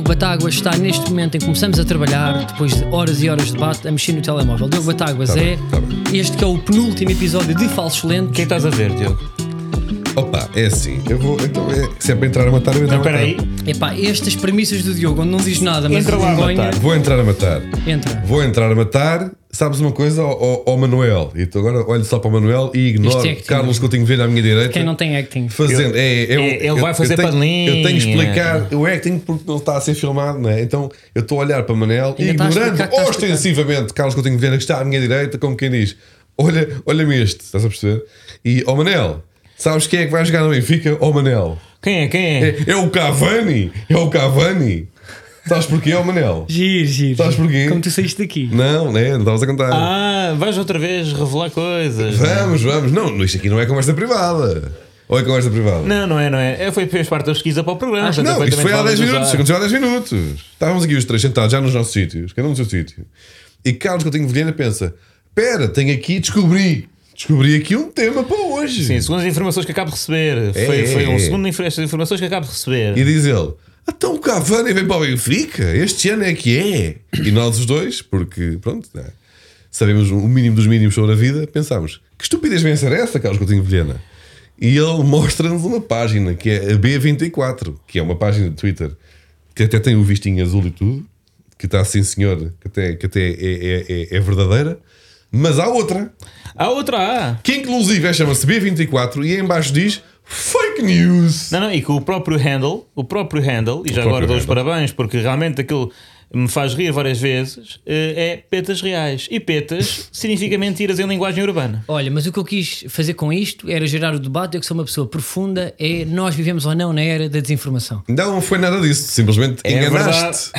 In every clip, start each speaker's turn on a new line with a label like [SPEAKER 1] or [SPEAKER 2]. [SPEAKER 1] Batágua está neste momento em que começamos a trabalhar, depois de horas e horas de debate, a mexer no telemóvel. Diogo Batáguas
[SPEAKER 2] Tá
[SPEAKER 1] é
[SPEAKER 2] bem, tá bem.
[SPEAKER 1] este que é o penúltimo episódio de Falsos
[SPEAKER 3] O que
[SPEAKER 1] Lentos.
[SPEAKER 3] é que estás a ver, Diogo?
[SPEAKER 2] Opa, é assim. Eu vou. Então, é, se é para entrar a matar, eu entro
[SPEAKER 3] Não,
[SPEAKER 2] a matar.
[SPEAKER 3] espera aí.
[SPEAKER 1] Epá, estas premissas do Diogo, onde não diz nada, mas
[SPEAKER 3] Entra lá,
[SPEAKER 1] engonha.
[SPEAKER 3] Batágua.
[SPEAKER 2] Vou entrar a matar.
[SPEAKER 1] Entra.
[SPEAKER 2] Vou entrar a matar. Sabes uma coisa, ó, ó, ó Manuel? E tu agora olho só para o Manuel e
[SPEAKER 1] Isto
[SPEAKER 2] ignoro
[SPEAKER 1] é que-
[SPEAKER 2] Carlos Coutinho Vieira à minha direita.
[SPEAKER 1] Quem não tem acting.
[SPEAKER 2] Fazendo,
[SPEAKER 3] Ele-
[SPEAKER 2] é, eu-
[SPEAKER 3] é, ele
[SPEAKER 2] eu-
[SPEAKER 3] vai fazer
[SPEAKER 2] eu tenho,
[SPEAKER 3] panelinha.
[SPEAKER 2] Eu tenho que explicar o acting porque não está a ser filmado, não é? Então eu estou a olhar para Manel e
[SPEAKER 1] Ainda está a
[SPEAKER 2] ignorando
[SPEAKER 1] explicar que está a explicar.
[SPEAKER 2] ostensivamente Carlos Coutinho Vieira, que está à minha direita, como quem diz: Olha, olha-me este, estás a perceber? E, ó Manel, sabes quem é que vai jogar no Benfica? Ó Manel,
[SPEAKER 3] Quem é? Quem é?
[SPEAKER 2] é, é o Cavani, é o Cavani. Sabes porquê, ó Manel?
[SPEAKER 1] Giro, giro.
[SPEAKER 2] Sabes porquê?
[SPEAKER 1] Como tu saíste daqui.
[SPEAKER 2] Não, né? não estavas a contar.
[SPEAKER 3] Ah, vais outra vez revelar coisas.
[SPEAKER 2] Vamos, vamos. Não, isto aqui não é conversa privada. Ou é conversa privada?
[SPEAKER 3] Não, não é, não é. É, Foi fez parte da pesquisa para o programa. portanto,
[SPEAKER 2] Não,
[SPEAKER 3] é
[SPEAKER 2] isto foi há 10
[SPEAKER 3] perfeitamente
[SPEAKER 2] minutos.
[SPEAKER 3] válido
[SPEAKER 2] Aconteceu há 10 minutos. Estávamos aqui os três sentados já nos nossos sítios, cada um no seu sítio. E Carlos Coutinho Vilhena pensa: pera, tenho aqui, descobri. Descobri aqui um tema para hoje.
[SPEAKER 3] usar. Sim, segundo as informações que acabo de receber.
[SPEAKER 2] É,
[SPEAKER 3] foi,
[SPEAKER 2] é,
[SPEAKER 3] foi
[SPEAKER 2] é.
[SPEAKER 3] um segundo inf- estas informações que acabo de receber.
[SPEAKER 2] E diz ele: então o Cavani vem para o Benfica, este ano é que é. E nós os dois, porque pronto, né, sabemos o mínimo dos mínimos sobre a vida, pensámos: que estupidez vem ser essa, Carlos Coutinho Vilhena? E ele mostra-nos uma página que é a B24, que é uma página de Twitter que até tem o vistinho azul e tudo, que está assim, senhor, que até, que até é, é- é- é verdadeira. Mas há outra,
[SPEAKER 3] Há outra A.
[SPEAKER 2] que inclusive é- chama-se B24 e embaixo diz fake news.
[SPEAKER 3] Não, não, e que o próprio handle, o próprio handle, e já
[SPEAKER 2] próprio
[SPEAKER 3] agora dou os
[SPEAKER 2] handle.
[SPEAKER 3] parabéns porque realmente aquilo me faz rir várias vezes, eh, é petas reais. E petas significa mentiras em linguagem urbana.
[SPEAKER 1] Olha, mas o que eu quis fazer com isto era gerar o debate. Eu que sou uma pessoa profunda, é nós vivemos ou não na era da desinformação.
[SPEAKER 2] Não foi nada disso, simplesmente
[SPEAKER 3] É
[SPEAKER 2] enganaste.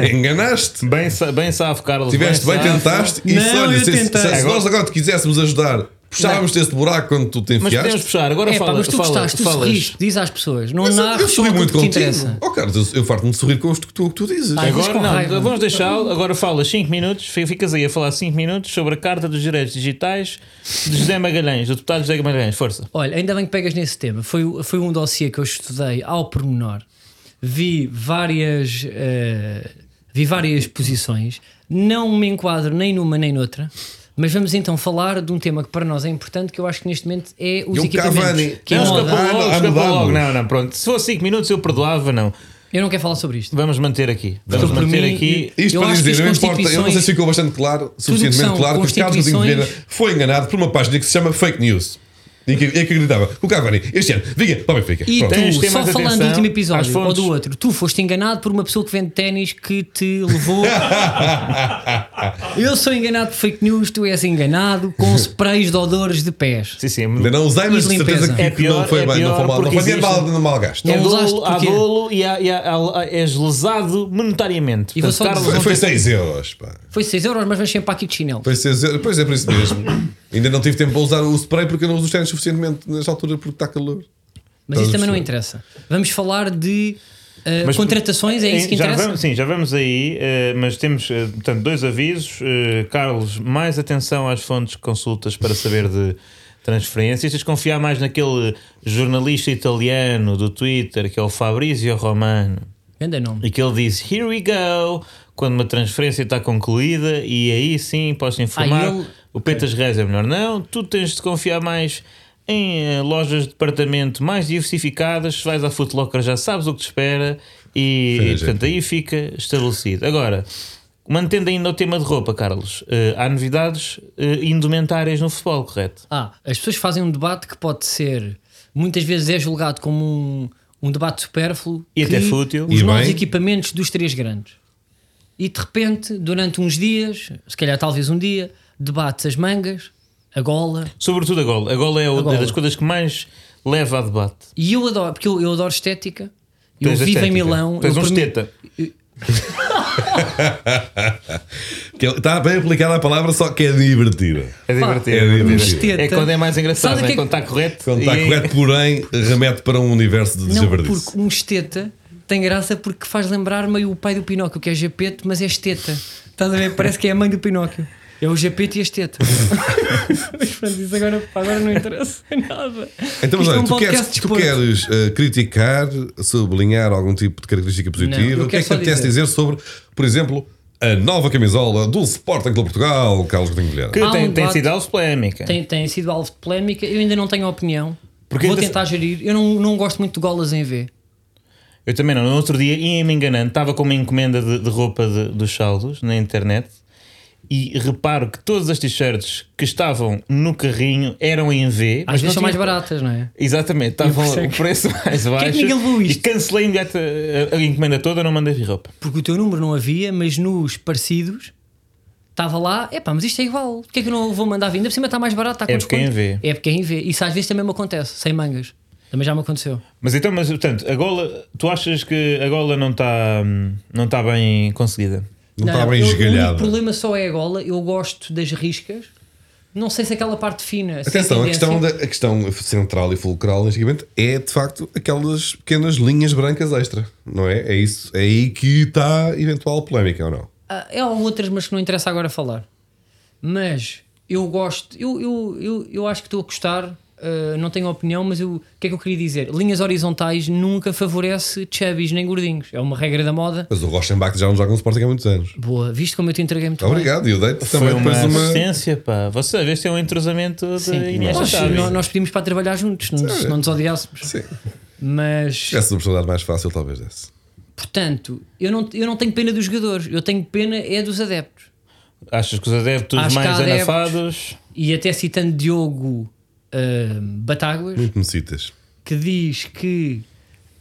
[SPEAKER 2] enganaste.
[SPEAKER 3] Bem, sa- bem safo, Carlos.
[SPEAKER 2] Tiveste bem,
[SPEAKER 3] safo.
[SPEAKER 2] tentaste e
[SPEAKER 1] Não,
[SPEAKER 2] se,
[SPEAKER 1] eu
[SPEAKER 2] olha, se, se-
[SPEAKER 1] tentei.
[SPEAKER 2] se
[SPEAKER 3] Agora-
[SPEAKER 2] nós agora te quiséssemos ajudar, puxávamos-te esse buraco quando tu te
[SPEAKER 3] Mas podemos
[SPEAKER 2] enfiaste.
[SPEAKER 3] puxar, agora
[SPEAKER 1] é, pá,
[SPEAKER 3] fala,
[SPEAKER 1] mas tu
[SPEAKER 3] fala,
[SPEAKER 1] gostaste, tu
[SPEAKER 3] falas.
[SPEAKER 1] sorriste, diz às pessoas, não
[SPEAKER 2] Mas eu-
[SPEAKER 1] narras
[SPEAKER 2] eu
[SPEAKER 1] só
[SPEAKER 2] sorri
[SPEAKER 1] aquilo
[SPEAKER 2] muito
[SPEAKER 1] que te
[SPEAKER 2] contigo.
[SPEAKER 1] interessa.
[SPEAKER 2] Oh, Carlos, eu- eu farto-me de sorrir com isto que tu, que tu dizes.
[SPEAKER 1] Ai,
[SPEAKER 3] Agora
[SPEAKER 1] com
[SPEAKER 3] não,
[SPEAKER 1] raiva.
[SPEAKER 3] vamos deixá-lo, agora fala 5 minutos, fi- ficas aí a falar 5 minutos sobre a Carta dos Direitos Digitais de José Magalhães, do deputado José Magalhães, força.
[SPEAKER 1] Olha, ainda bem que pegas nesse tema. Foi, o- foi um dossiê que eu estudei ao pormenor. Vi várias, eh, vi várias posições. Não me enquadro nem numa nem noutra. Mas vamos então falar de um tema que para nós é importante, que eu acho que neste momento é os
[SPEAKER 2] E o
[SPEAKER 1] equipamentos.
[SPEAKER 2] Cavani?
[SPEAKER 1] Que é
[SPEAKER 2] Não,
[SPEAKER 3] Não,
[SPEAKER 1] moda.
[SPEAKER 2] escapou.
[SPEAKER 3] escapa
[SPEAKER 2] Ah,
[SPEAKER 3] logo,
[SPEAKER 2] não,
[SPEAKER 3] escapa
[SPEAKER 2] mudamos.
[SPEAKER 3] logo. Não, não, pronto. Se fosse 5 minutos eu perdoava, não.
[SPEAKER 1] Eu não quero falar sobre isto.
[SPEAKER 3] Vamos manter aqui. Vamos
[SPEAKER 1] Porque por
[SPEAKER 3] manter
[SPEAKER 1] mim-
[SPEAKER 3] aqui.
[SPEAKER 2] Isto
[SPEAKER 1] Eu
[SPEAKER 2] para
[SPEAKER 1] acho que
[SPEAKER 2] dizer,
[SPEAKER 1] as
[SPEAKER 2] não importa, eu não sei
[SPEAKER 1] constituições-
[SPEAKER 2] se ficou bastante claro, suficientemente
[SPEAKER 1] são
[SPEAKER 2] claro, que o Carlos Coutinho
[SPEAKER 1] constituições-
[SPEAKER 2] Vieira foi enganado por uma página que se chama fake news. E que, e que acreditava, o Cavani, este ano, vinha para o Benfica.
[SPEAKER 1] E
[SPEAKER 2] Pronto.
[SPEAKER 3] Tens de
[SPEAKER 1] tu,
[SPEAKER 3] ter
[SPEAKER 1] só
[SPEAKER 3] mais
[SPEAKER 1] falando do
[SPEAKER 3] atenção
[SPEAKER 1] último
[SPEAKER 3] às
[SPEAKER 1] episódio ou
[SPEAKER 3] fontes.
[SPEAKER 1] do outro, tu foste enganado por uma pessoa que vende ténis que te levou. Eu sou enganado por fake news, tu és enganado com sprays de odores de pés.
[SPEAKER 3] Sim, sim.
[SPEAKER 2] Ainda não usei, mas
[SPEAKER 1] E
[SPEAKER 2] de certeza
[SPEAKER 1] limpeza.
[SPEAKER 2] que,
[SPEAKER 3] É
[SPEAKER 2] que não
[SPEAKER 3] pior-
[SPEAKER 2] foi
[SPEAKER 3] é
[SPEAKER 2] bem, não foi
[SPEAKER 3] pior
[SPEAKER 2] mal, não
[SPEAKER 3] porque
[SPEAKER 2] foi nem
[SPEAKER 3] existe-
[SPEAKER 2] mal, não mal gasto.
[SPEAKER 1] Não
[SPEAKER 3] É
[SPEAKER 1] usaste
[SPEAKER 3] dolo, há
[SPEAKER 1] um porquê?
[SPEAKER 3] dolo e, há, e há- há- és lesado monetariamente.
[SPEAKER 1] E vou só dizer-
[SPEAKER 2] Foi,
[SPEAKER 3] não
[SPEAKER 2] foi
[SPEAKER 3] tem-
[SPEAKER 2] 6 euros, pá.
[SPEAKER 1] Foi 6 euros, mas vens sempre para aqui de chinelo.
[SPEAKER 2] Foi 6 euros. Pois é, por isso mesmo. Ainda não tive tempo para usar o spray porque eu não uso os ténis suficientemente nesta altura porque está calor.
[SPEAKER 1] Mas isso
[SPEAKER 2] Estás
[SPEAKER 1] também
[SPEAKER 2] a
[SPEAKER 1] não
[SPEAKER 2] perceber?
[SPEAKER 1] interessa. Vamos falar de eh,
[SPEAKER 3] Mas- eh,
[SPEAKER 1] contratações, é isso que
[SPEAKER 3] já
[SPEAKER 1] interessa?
[SPEAKER 3] vamos- sim, já vamos aí, eh, mas temos eh, portanto, dois avisos. Eh, Carlos, mais atenção às fontes de consultas para saber de transferências. Tens de confiar mais naquele jornalista italiano do Twitter que é o Fabrizio Romano
[SPEAKER 1] Ainda não.
[SPEAKER 3] e que ele diz: Here we go, quando uma transferência está concluída, e aí sim posso informar.
[SPEAKER 1] Ah, ele-
[SPEAKER 3] O Petas Reis é melhor. Não, tu tens de confiar mais em eh, lojas de departamento mais diversificadas. Se vais à Foot Locker já sabes o que te espera e,
[SPEAKER 2] Sim,
[SPEAKER 3] e, portanto aí fica estabelecido. Agora, mantendo ainda o tema de roupa, Carlos, eh, há novidades eh, indumentárias no futebol, correto?
[SPEAKER 1] Ah, as pessoas fazem um debate que pode ser muitas vezes é julgado como um, um debate supérfluo
[SPEAKER 3] E
[SPEAKER 1] que
[SPEAKER 3] até fútil.
[SPEAKER 1] Os
[SPEAKER 2] E
[SPEAKER 1] novos
[SPEAKER 2] bem.
[SPEAKER 1] equipamentos dos três grandes. E de repente, durante uns dias, se calhar talvez um dia, debates as mangas, a gola.
[SPEAKER 3] Sobretudo a gola. A gola é uma
[SPEAKER 1] gola.
[SPEAKER 3] das coisas que mais leva a debate.
[SPEAKER 1] E eu adoro, porque eu, eu adoro estética. Eu
[SPEAKER 3] Tens a
[SPEAKER 1] vivo em
[SPEAKER 3] estética.
[SPEAKER 1] Milão.
[SPEAKER 3] Tens
[SPEAKER 1] eu
[SPEAKER 3] um
[SPEAKER 1] para mim-
[SPEAKER 3] esteta.
[SPEAKER 2] Que ele- Está bem aplicada a palavra, só que é divertida.
[SPEAKER 3] É divertido.
[SPEAKER 2] É divertido.
[SPEAKER 1] Esteta.
[SPEAKER 3] É quando é mais engraçado,
[SPEAKER 1] Sabe o
[SPEAKER 3] é
[SPEAKER 1] que é
[SPEAKER 3] quando
[SPEAKER 1] que-
[SPEAKER 3] está correto.
[SPEAKER 2] Quando está
[SPEAKER 3] e-
[SPEAKER 2] correto, porém, remete para um universo de
[SPEAKER 1] Não,
[SPEAKER 2] desaverdice.
[SPEAKER 1] porque um esteta tem graça porque faz lembrar meio o pai do Pinóquio, que é Gepeto, mas é esteta. Estás a ver? Parece que é a mãe do Pinóquio. É o GPT e as tetas. mas pronto, isso agora, agora não interessa nada.
[SPEAKER 2] Então, mas
[SPEAKER 1] Isto é
[SPEAKER 2] olha,
[SPEAKER 1] um
[SPEAKER 2] tu queres,
[SPEAKER 1] podcast de
[SPEAKER 2] tu
[SPEAKER 1] desporto.
[SPEAKER 2] queres eh, criticar, sublinhar algum tipo de característica
[SPEAKER 1] Não,
[SPEAKER 2] positiva?
[SPEAKER 1] eu
[SPEAKER 2] o que
[SPEAKER 1] quero
[SPEAKER 2] é que te
[SPEAKER 1] só
[SPEAKER 2] apetece
[SPEAKER 1] dizer-
[SPEAKER 2] dizer. sobre, por exemplo, a nova camisola do Sporting Clube de Portugal, Carlos Coutinho Vilhena?
[SPEAKER 3] Que
[SPEAKER 1] Há
[SPEAKER 3] tem,
[SPEAKER 1] um
[SPEAKER 3] tem
[SPEAKER 1] debate-
[SPEAKER 3] sido alvo de polémica.
[SPEAKER 1] Tem, tem sido alvo de polémica. Eu ainda não tenho opinião.
[SPEAKER 3] Porque
[SPEAKER 1] Vou
[SPEAKER 3] ainda-
[SPEAKER 1] tentar gerir. Eu não, não gosto muito de golas em V.
[SPEAKER 3] Eu também não. No outro dia, ia me enganando, estava com uma encomenda de, de roupa de- dos saldos na internet e reparo que todas as t-shirts que estavam no carrinho eram em V.
[SPEAKER 1] Às
[SPEAKER 3] não
[SPEAKER 1] vezes são mais
[SPEAKER 3] tinha-
[SPEAKER 1] baratas, não é?
[SPEAKER 3] Exatamente,
[SPEAKER 1] E
[SPEAKER 3] estavam
[SPEAKER 1] por isso é
[SPEAKER 3] o
[SPEAKER 1] que-
[SPEAKER 3] preço mais baixo.
[SPEAKER 1] ninguém levou
[SPEAKER 3] E
[SPEAKER 1] isto?
[SPEAKER 3] cancelei imediato a, a encomenda toda, não mandei vir roupa.
[SPEAKER 1] Porque o teu número não havia, mas nos parecidos estava lá. Epá, mas isto é igual. Porquê é que eu não vou mandar vir? Ainda por cima está mais barato. Está com
[SPEAKER 3] É porque é em
[SPEAKER 1] desconto.
[SPEAKER 3] V.
[SPEAKER 1] É porque é em V. Isso às vezes também me acontece, sem mangas. Também já me aconteceu.
[SPEAKER 3] Mas então, mas portanto, a gola, tu achas que a gola não está hum, não está bem conseguida?
[SPEAKER 2] Não está bem
[SPEAKER 1] eu- O
[SPEAKER 2] esgalhado.
[SPEAKER 1] problema só é a gola. Eu gosto das riscas. Não sei se aquela parte fina. se
[SPEAKER 2] Atenção, a
[SPEAKER 1] tendência-
[SPEAKER 2] questão, da- a questão central e fulcral antigamente é de facto aquelas pequenas linhas brancas extra, não é? É isso, é aí que está a eventual polémica ou não?
[SPEAKER 1] Ah, é, há outras, mas que não interessa agora falar. Mas eu gosto, eu, eu, eu, eu acho que estou a gostar, ah, não tenho opinião, mas eu- o que é que eu queria dizer? Linhas horizontais nunca favorece chubbies nem gordinhos. É uma regra da moda.
[SPEAKER 2] Mas o Rochenbach já não joga no Sporting há muitos anos.
[SPEAKER 1] Boa, viste como eu te entreguei muito bem?
[SPEAKER 2] Obrigado, e eu dei-te
[SPEAKER 3] Foi
[SPEAKER 2] também
[SPEAKER 3] uma
[SPEAKER 2] depois uma.
[SPEAKER 3] assistência, pá. Você vê se é um entrosamento de
[SPEAKER 1] Sim,
[SPEAKER 3] Inês
[SPEAKER 1] nós,
[SPEAKER 3] Chaves.
[SPEAKER 1] nó- nós pedimos para trabalhar juntos, não- se não nos odiássemos.
[SPEAKER 2] Sim,
[SPEAKER 1] Mas,
[SPEAKER 2] tivesse uma oportunidade mais fácil, talvez desse.
[SPEAKER 1] portanto, eu não, eu não tenho pena dos jogadores, eu tenho pena é dos adeptos.
[SPEAKER 3] Achas que os adeptos
[SPEAKER 1] Acho que
[SPEAKER 3] mais
[SPEAKER 1] há adeptos.
[SPEAKER 3] anafados?
[SPEAKER 1] E até citando Diogo ah, Batáguas,
[SPEAKER 2] Muito me citas.
[SPEAKER 1] que diz que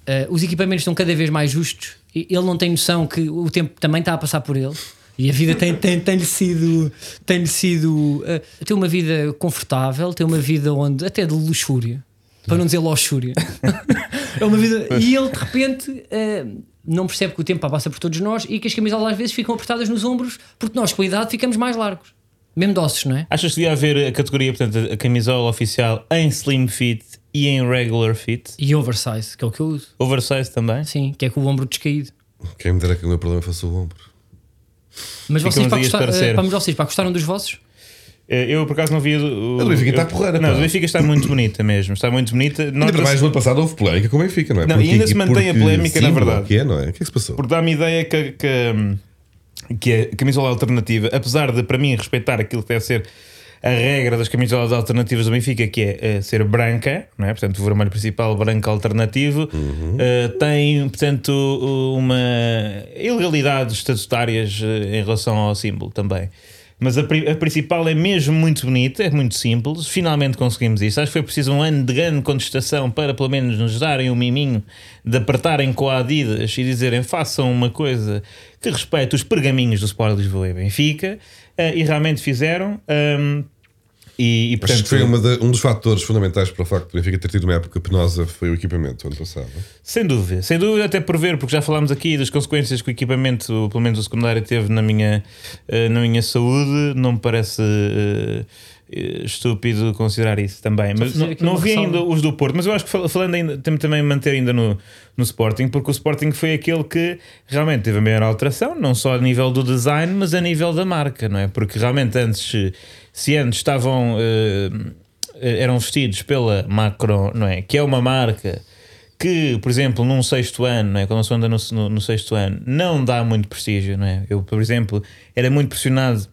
[SPEAKER 1] eh, os equipamentos estão cada vez mais justos e ele não tem noção que o tempo também está a passar por ele e a vida tem, tem, tem lhe sido tem lhe sido eh, ter uma vida confortável, ter uma vida onde até de luxúria, para não dizer luxúria é uma vida e ele de repente eh, não percebe que o tempo passa por todos nós e que as camisolas às vezes ficam apertadas nos ombros porque nós com a idade ficamos mais largos mesmo doces, não é?
[SPEAKER 3] Achas que devia haver a categoria, portanto, a camisola oficial em slim fit e em regular fit?
[SPEAKER 1] E oversize, que é o que eu uso
[SPEAKER 3] Oversize também?
[SPEAKER 1] sim, que é com o ombro descaído
[SPEAKER 2] Quem me dera que o meu problema fosse o ombro.
[SPEAKER 1] Mas
[SPEAKER 3] Ficam
[SPEAKER 1] vocês
[SPEAKER 3] uns
[SPEAKER 1] para,
[SPEAKER 3] dias
[SPEAKER 1] gostar,
[SPEAKER 3] para
[SPEAKER 1] eh,
[SPEAKER 3] ser.
[SPEAKER 1] para- mas vocês para gostaram dos vossos?
[SPEAKER 3] Eh, Eu por acaso não vi o.
[SPEAKER 2] A do Benfica
[SPEAKER 3] eu-
[SPEAKER 2] está porreira,
[SPEAKER 3] Não,
[SPEAKER 2] pá.
[SPEAKER 3] a do Benfica está muito bonita mesmo. Está muito bonita.
[SPEAKER 2] Ainda
[SPEAKER 3] Nota-se-
[SPEAKER 2] para mais no ano passado houve polémica com o Benfica, não é?
[SPEAKER 3] Não, e ainda se mantém a
[SPEAKER 2] porque
[SPEAKER 3] polémica, na
[SPEAKER 2] sim,
[SPEAKER 3] verdade.
[SPEAKER 2] O que é, não é? O que é que se passou?
[SPEAKER 3] Porque dá-me ideia que, que, que a camisola alternativa, apesar de para mim respeitar aquilo que deve ser a regra das camisolas alternativas do Benfica, que é eh, ser branca, não é? portanto, vermelho principal, branco alternativo, eh, tem, portanto, uma ilegalidades estatutárias eh, em relação ao símbolo também. Mas a, pri- a principal é mesmo muito bonita, é muito simples. Finalmente conseguimos isso. Acho que foi preciso um ano de grande contestação para pelo menos nos darem o miminho de apertarem com a Adidas e dizerem façam uma coisa que respeite os pergaminhos do Sport Lisboa e Benfica. Eh, e realmente fizeram. ahm, e, e,
[SPEAKER 2] Acho
[SPEAKER 3] portanto,
[SPEAKER 2] que foi uma da- um dos fatores fundamentais para o facto do Benfica ter tido uma época penosa foi o equipamento ano passado. é?
[SPEAKER 3] Sem dúvida, sem dúvida, até por ver, porque já falámos aqui das consequências que o equipamento, pelo menos o secundário, teve na minha, eh, na minha saúde. Não me parece eh, eh, estúpido considerar isso também. Mas
[SPEAKER 1] fazer
[SPEAKER 3] não,
[SPEAKER 1] aqui
[SPEAKER 3] não
[SPEAKER 1] uma
[SPEAKER 3] vi
[SPEAKER 1] ressalva.
[SPEAKER 3] ainda os do Porto, mas eu acho que fal- falando ainda, temos também manter ainda no, no Sporting, porque o Sporting foi aquele que realmente teve a maior alteração, não só a nível do design, mas a nível da marca, não é? Porque realmente antes, se- se antes estavam. eh, eh, eram vestidos pela Macron, não é? Que é uma marca que, por exemplo, num sexto ano, não é? quando a pessoa anda no, no- no sexto ano, não dá muito prestígio, não é? Eu, por exemplo, era muito pressionado,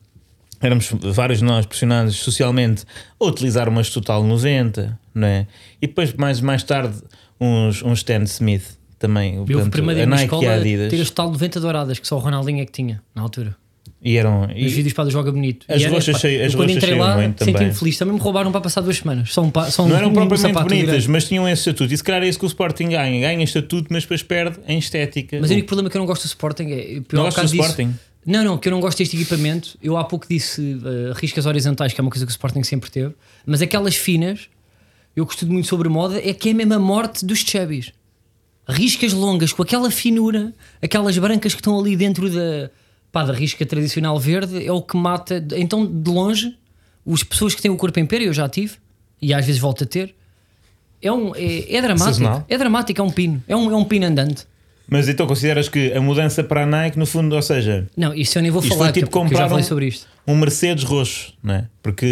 [SPEAKER 3] éramos vários de nós pressionados socialmente a utilizar umas total 90, não é? E depois, mais, mais tarde, uns, uns Stan Smith também,
[SPEAKER 1] Eu
[SPEAKER 3] portanto,
[SPEAKER 1] primeiro
[SPEAKER 3] a
[SPEAKER 1] dia na
[SPEAKER 3] Nike e a
[SPEAKER 1] escola ter
[SPEAKER 3] Adidas.
[SPEAKER 1] este tal 90 douradas que só o Ronaldinho é que tinha na altura.
[SPEAKER 3] E eram.
[SPEAKER 1] Os
[SPEAKER 3] E,
[SPEAKER 1] vídeos para o Joga Bonito.
[SPEAKER 3] As
[SPEAKER 1] E era,
[SPEAKER 3] roxas
[SPEAKER 1] pá,
[SPEAKER 3] chei-
[SPEAKER 1] eu
[SPEAKER 3] as
[SPEAKER 1] quando
[SPEAKER 3] roxas
[SPEAKER 1] entrei lá,
[SPEAKER 3] cheiam muito
[SPEAKER 1] senti-me
[SPEAKER 3] também.
[SPEAKER 1] feliz. Também me roubaram um para passar duas semanas. São, pa, são
[SPEAKER 3] não eram
[SPEAKER 1] um
[SPEAKER 3] propriamente
[SPEAKER 1] sapato
[SPEAKER 3] bonitas,
[SPEAKER 1] grande.
[SPEAKER 3] mas tinham esse estatuto. E se calhar é isso que o Sporting ganha. Ganha estatuto, mas depois perde em estética.
[SPEAKER 1] Mas o único problema que eu não gosto do Sporting é. eu,
[SPEAKER 3] não
[SPEAKER 1] ao
[SPEAKER 3] gosto do
[SPEAKER 1] caso disso-
[SPEAKER 3] Sporting.
[SPEAKER 1] Não, não, que eu não gosto deste equipamento. Eu há pouco disse eh, riscas horizontais, que é uma coisa que o Sporting sempre teve, mas aquelas finas, eu gosto muito sobre moda, é que é mesmo a morte dos chubbies. Riscas longas, com aquela finura, aquelas brancas que estão ali dentro da, pá, da risca tradicional verde, é o que mata. Então, de longe, as pessoas que têm o corpo em pera, eu já tive, e às vezes volto a ter, é, um, é, é dramático.
[SPEAKER 3] Sazonal.
[SPEAKER 1] É dramático, é um pino. É um, é um pino andante.
[SPEAKER 3] Mas então consideras que a mudança para a Nike, no fundo, ou seja,
[SPEAKER 1] Não, isso eu nem vou
[SPEAKER 3] Isto
[SPEAKER 1] falar,
[SPEAKER 3] foi tipo
[SPEAKER 1] que- porque eu já
[SPEAKER 3] comprar
[SPEAKER 1] falei
[SPEAKER 3] um-
[SPEAKER 1] sobre isto.
[SPEAKER 3] um Mercedes roxo, não é? Porque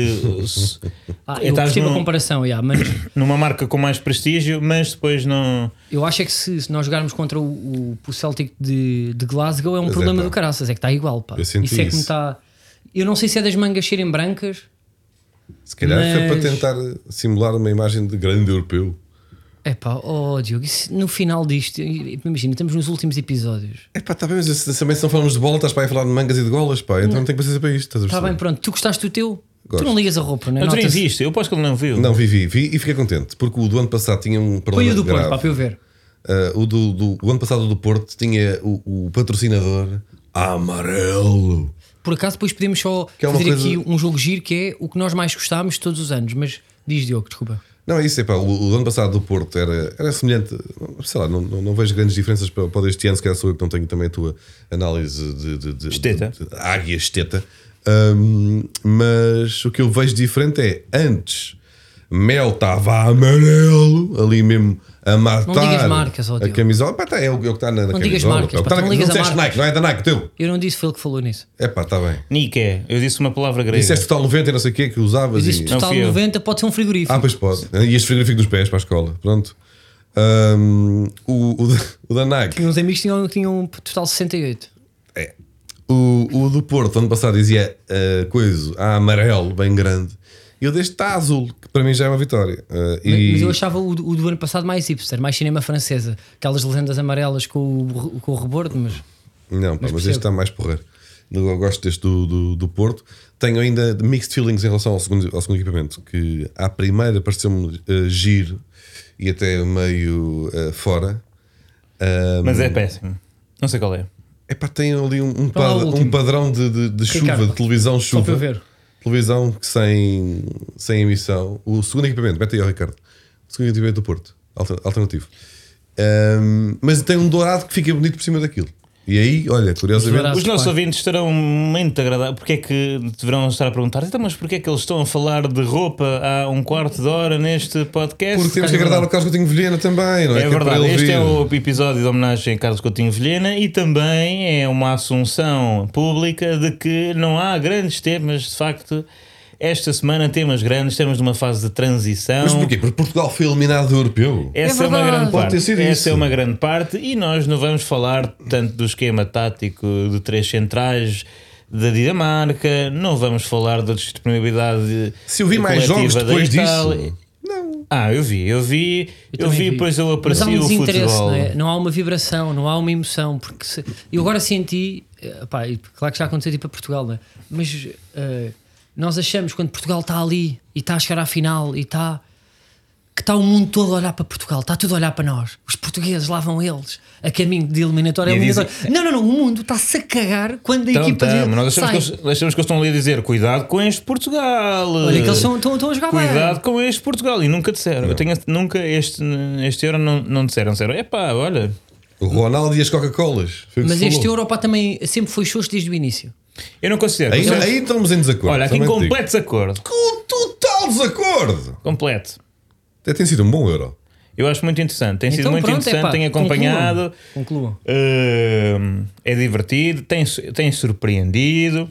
[SPEAKER 3] se-
[SPEAKER 1] Ah,
[SPEAKER 3] E
[SPEAKER 1] eu
[SPEAKER 3] estás
[SPEAKER 1] percebo a
[SPEAKER 3] num-
[SPEAKER 1] comparação, yeah, mas
[SPEAKER 3] numa marca com mais prestígio, mas depois não.
[SPEAKER 1] eu acho é que se, se nós jogarmos contra o, o, o Celtic de, de Glasgow é um
[SPEAKER 2] Pois é,
[SPEAKER 1] problema
[SPEAKER 2] pá.
[SPEAKER 1] do caraças, é que está igual, pá.
[SPEAKER 2] Eu senti
[SPEAKER 1] é que me
[SPEAKER 2] isso.
[SPEAKER 1] está. Eu não sei se é das mangas serem brancas,
[SPEAKER 2] Se calhar foi
[SPEAKER 1] Mas-
[SPEAKER 2] para tentar simular uma imagem de grande europeu.
[SPEAKER 1] é pá, oh Diogo, isso- no final disto, imagina, estamos nos últimos episódios.
[SPEAKER 2] É pá, está bem, mas se- também se não falamos de bola, estás para aí a falar de mangas e de golas, pá. Então não tenho paciência para isto, estás a
[SPEAKER 1] Está Tá bem,
[SPEAKER 2] perceber?
[SPEAKER 1] pronto, tu gostaste do teu?
[SPEAKER 2] Gosto.
[SPEAKER 1] Tu não ligas a roupa, não é?
[SPEAKER 3] Eu nem
[SPEAKER 1] Nota-se.
[SPEAKER 3] visto, eu aposto que ele não viu.
[SPEAKER 2] Não, vi, vi, vi e fiquei contente, porque o do ano passado tinha um
[SPEAKER 1] Põe
[SPEAKER 2] problema
[SPEAKER 1] o do
[SPEAKER 2] grave.
[SPEAKER 1] Porto, pá, para eu ver.
[SPEAKER 2] Ah, o, do, do- o ano passado do Porto tinha o, o patrocinador amarelo.
[SPEAKER 1] Por acaso, depois podemos só
[SPEAKER 2] Que é uma
[SPEAKER 1] fazer aqui
[SPEAKER 2] coisa-
[SPEAKER 1] um jogo giro que é o que nós mais gostámos todos os anos, mas diz Diogo, desculpa.
[SPEAKER 2] Não, é isso, é pá, o, o ano passado do Porto era, era semelhante, sei lá, não, não, não vejo grandes diferenças para, para este ano, se calhar sou eu que não tenho também a tua análise de, de, de-
[SPEAKER 3] Esteta.
[SPEAKER 2] de- de águia esteta. Ahm, mas o que eu vejo diferente é antes Mel estava amarelo, ali mesmo a matar
[SPEAKER 1] digas marcas, ó,
[SPEAKER 2] a
[SPEAKER 1] Diogo.
[SPEAKER 2] camisola. Pá, tá, é, o, é o que está na, na
[SPEAKER 1] Não
[SPEAKER 2] camisola.
[SPEAKER 1] digas marcas,
[SPEAKER 2] pá, é o que
[SPEAKER 1] pá,
[SPEAKER 2] tá na-
[SPEAKER 1] não ligas a
[SPEAKER 2] disseste
[SPEAKER 1] marcas.
[SPEAKER 2] Nike, não é da Nike, teu.
[SPEAKER 1] Eu não disse, foi ele que falou nisso.
[SPEAKER 2] É pá, está bem.
[SPEAKER 3] Nike, é. eu disse uma palavra grega.
[SPEAKER 2] Disseste total 90 e não sei o que que usavas.
[SPEAKER 1] Existe
[SPEAKER 2] E...
[SPEAKER 3] Não
[SPEAKER 1] total
[SPEAKER 3] fui eu.
[SPEAKER 1] 90, pode ser um frigorífico.
[SPEAKER 2] Ah, pois pode. E este frigorífico dos pés para a escola. Pronto. Ahm, o, o, da- o da Nike.
[SPEAKER 1] Tinha uns amigos que tinham, tinham um total 68.
[SPEAKER 2] É. O, o do Porto, ano passado, dizia ah, coisa a amarelo, bem grande. E o deste está azul, que para mim já é uma vitória. Ah, e...
[SPEAKER 1] Mas eu achava o, do- o do ano passado mais hipster, mais cinema francesa. Aquelas lendas amarelas com o, com o rebordo, mas.
[SPEAKER 2] Não, pá, mas,
[SPEAKER 1] percebo.
[SPEAKER 2] este está mais porreiro. Eu gosto deste do, do, do Porto. Tenho ainda de mixed feelings em relação ao segundo, ao segundo equipamento, que à primeira pareceu-me ah, giro e até meio ah, fora. Ah,
[SPEAKER 3] Mas é péssimo. Não sei qual é.
[SPEAKER 2] Epá, tem ali um, um
[SPEAKER 1] Qual é o
[SPEAKER 2] pad- um
[SPEAKER 1] último?
[SPEAKER 2] padrão de, de- de chuva,
[SPEAKER 1] Ricardo,
[SPEAKER 2] de televisão chuva.
[SPEAKER 1] Só para eu ver.
[SPEAKER 2] Televisão que sem, sem emissão. O segundo equipamento, mete aí, ó, Ricardo. O segundo equipamento do Porto, alter- alternativo. Ahm, mas tem um dourado que fica bonito por cima daquilo. E aí, olha, curiosamente.
[SPEAKER 1] Dourado.
[SPEAKER 3] Os nossos
[SPEAKER 1] claro.
[SPEAKER 3] ouvintes estarão muito agradáveis. Porque é que deverão estar a perguntar? Então, mas porque é que eles estão a falar de roupa há um quarto de hora neste podcast?
[SPEAKER 2] Porque temos que
[SPEAKER 1] é
[SPEAKER 2] agradar
[SPEAKER 1] verdade.
[SPEAKER 2] ao Carlos Coutinho Vilhena também, não é?
[SPEAKER 3] É
[SPEAKER 2] Que para
[SPEAKER 3] verdade,
[SPEAKER 2] ele
[SPEAKER 3] este é
[SPEAKER 2] vir.
[SPEAKER 3] o episódio de homenagem a Carlos Coutinho Vilhena e também é uma assunção pública de que não há grandes temas, de facto. Esta semana temas grandes, estamos numa fase de transição.
[SPEAKER 2] Mas porquê? Porque Portugal foi eliminado do europeu.
[SPEAKER 3] Essa é,
[SPEAKER 1] É
[SPEAKER 3] uma
[SPEAKER 1] verdade.
[SPEAKER 3] grande
[SPEAKER 2] Pode
[SPEAKER 3] parte.
[SPEAKER 2] ter sido
[SPEAKER 3] Essa
[SPEAKER 2] isso.
[SPEAKER 3] é uma grande parte e nós não vamos falar tanto do esquema tático de três centrais da Dinamarca, não vamos falar da disponibilidade
[SPEAKER 2] Se eu vi mais
[SPEAKER 3] coletiva
[SPEAKER 2] jogos
[SPEAKER 3] da
[SPEAKER 2] depois
[SPEAKER 3] Itália.
[SPEAKER 2] disso. Não.
[SPEAKER 3] Ah, eu vi, eu vi, eu,
[SPEAKER 1] também
[SPEAKER 3] vi, pois eu
[SPEAKER 1] Mas há
[SPEAKER 3] aprecio
[SPEAKER 1] um
[SPEAKER 3] o
[SPEAKER 1] desinteresse,
[SPEAKER 3] futebol.
[SPEAKER 1] não é? Não há uma vibração, não há uma emoção. Porque se- eu agora senti, eh, pá, e claro que já aconteceu tipo a Portugal, não é? mas eh, nós achamos quando Portugal está ali e está a chegar à final e está. Que está o mundo todo a olhar para Portugal, está tudo a olhar para nós. Os portugueses lá vão eles, a caminho de eliminatória.
[SPEAKER 3] E dizem-
[SPEAKER 1] eliminatória. Não, não, não, o mundo está-se a cagar quando a
[SPEAKER 3] Então,
[SPEAKER 1] equipa
[SPEAKER 3] tamo,
[SPEAKER 1] dele
[SPEAKER 3] nós achamos
[SPEAKER 1] sai.
[SPEAKER 3] que, eles, achamos que eles estão ali a dizer cuidado com este Portugal.
[SPEAKER 1] Olha que eles são- estão estão a jogar
[SPEAKER 3] Cuidado
[SPEAKER 1] bem.
[SPEAKER 3] com este Portugal. E nunca disseram. Eu tenho, nunca este, este euro não, não disseram. Disseram, epá, olha.
[SPEAKER 2] O Ronaldo e as Coca-Colas. Foi o que
[SPEAKER 1] Mas
[SPEAKER 2] se
[SPEAKER 1] este
[SPEAKER 2] falou.
[SPEAKER 1] Europa também sempre foi xoxo desde o início.
[SPEAKER 3] Eu não
[SPEAKER 1] é
[SPEAKER 3] considero.
[SPEAKER 2] Aí, é
[SPEAKER 3] Considero-
[SPEAKER 2] aí estamos em desacordo.
[SPEAKER 3] olha, aqui
[SPEAKER 2] também te digo.
[SPEAKER 3] completo desacordo.
[SPEAKER 2] Com total desacordo.
[SPEAKER 3] Completo.
[SPEAKER 2] Até tem sido um bom euro.
[SPEAKER 3] Eu acho muito interessante. Tem sido
[SPEAKER 1] Então,
[SPEAKER 3] muito
[SPEAKER 1] pronto,
[SPEAKER 3] interessante.
[SPEAKER 1] epá,
[SPEAKER 3] tenho acompanhado.
[SPEAKER 1] Concluam. concluam.
[SPEAKER 3] Hum, é divertido, tem, su- tem surpreendido.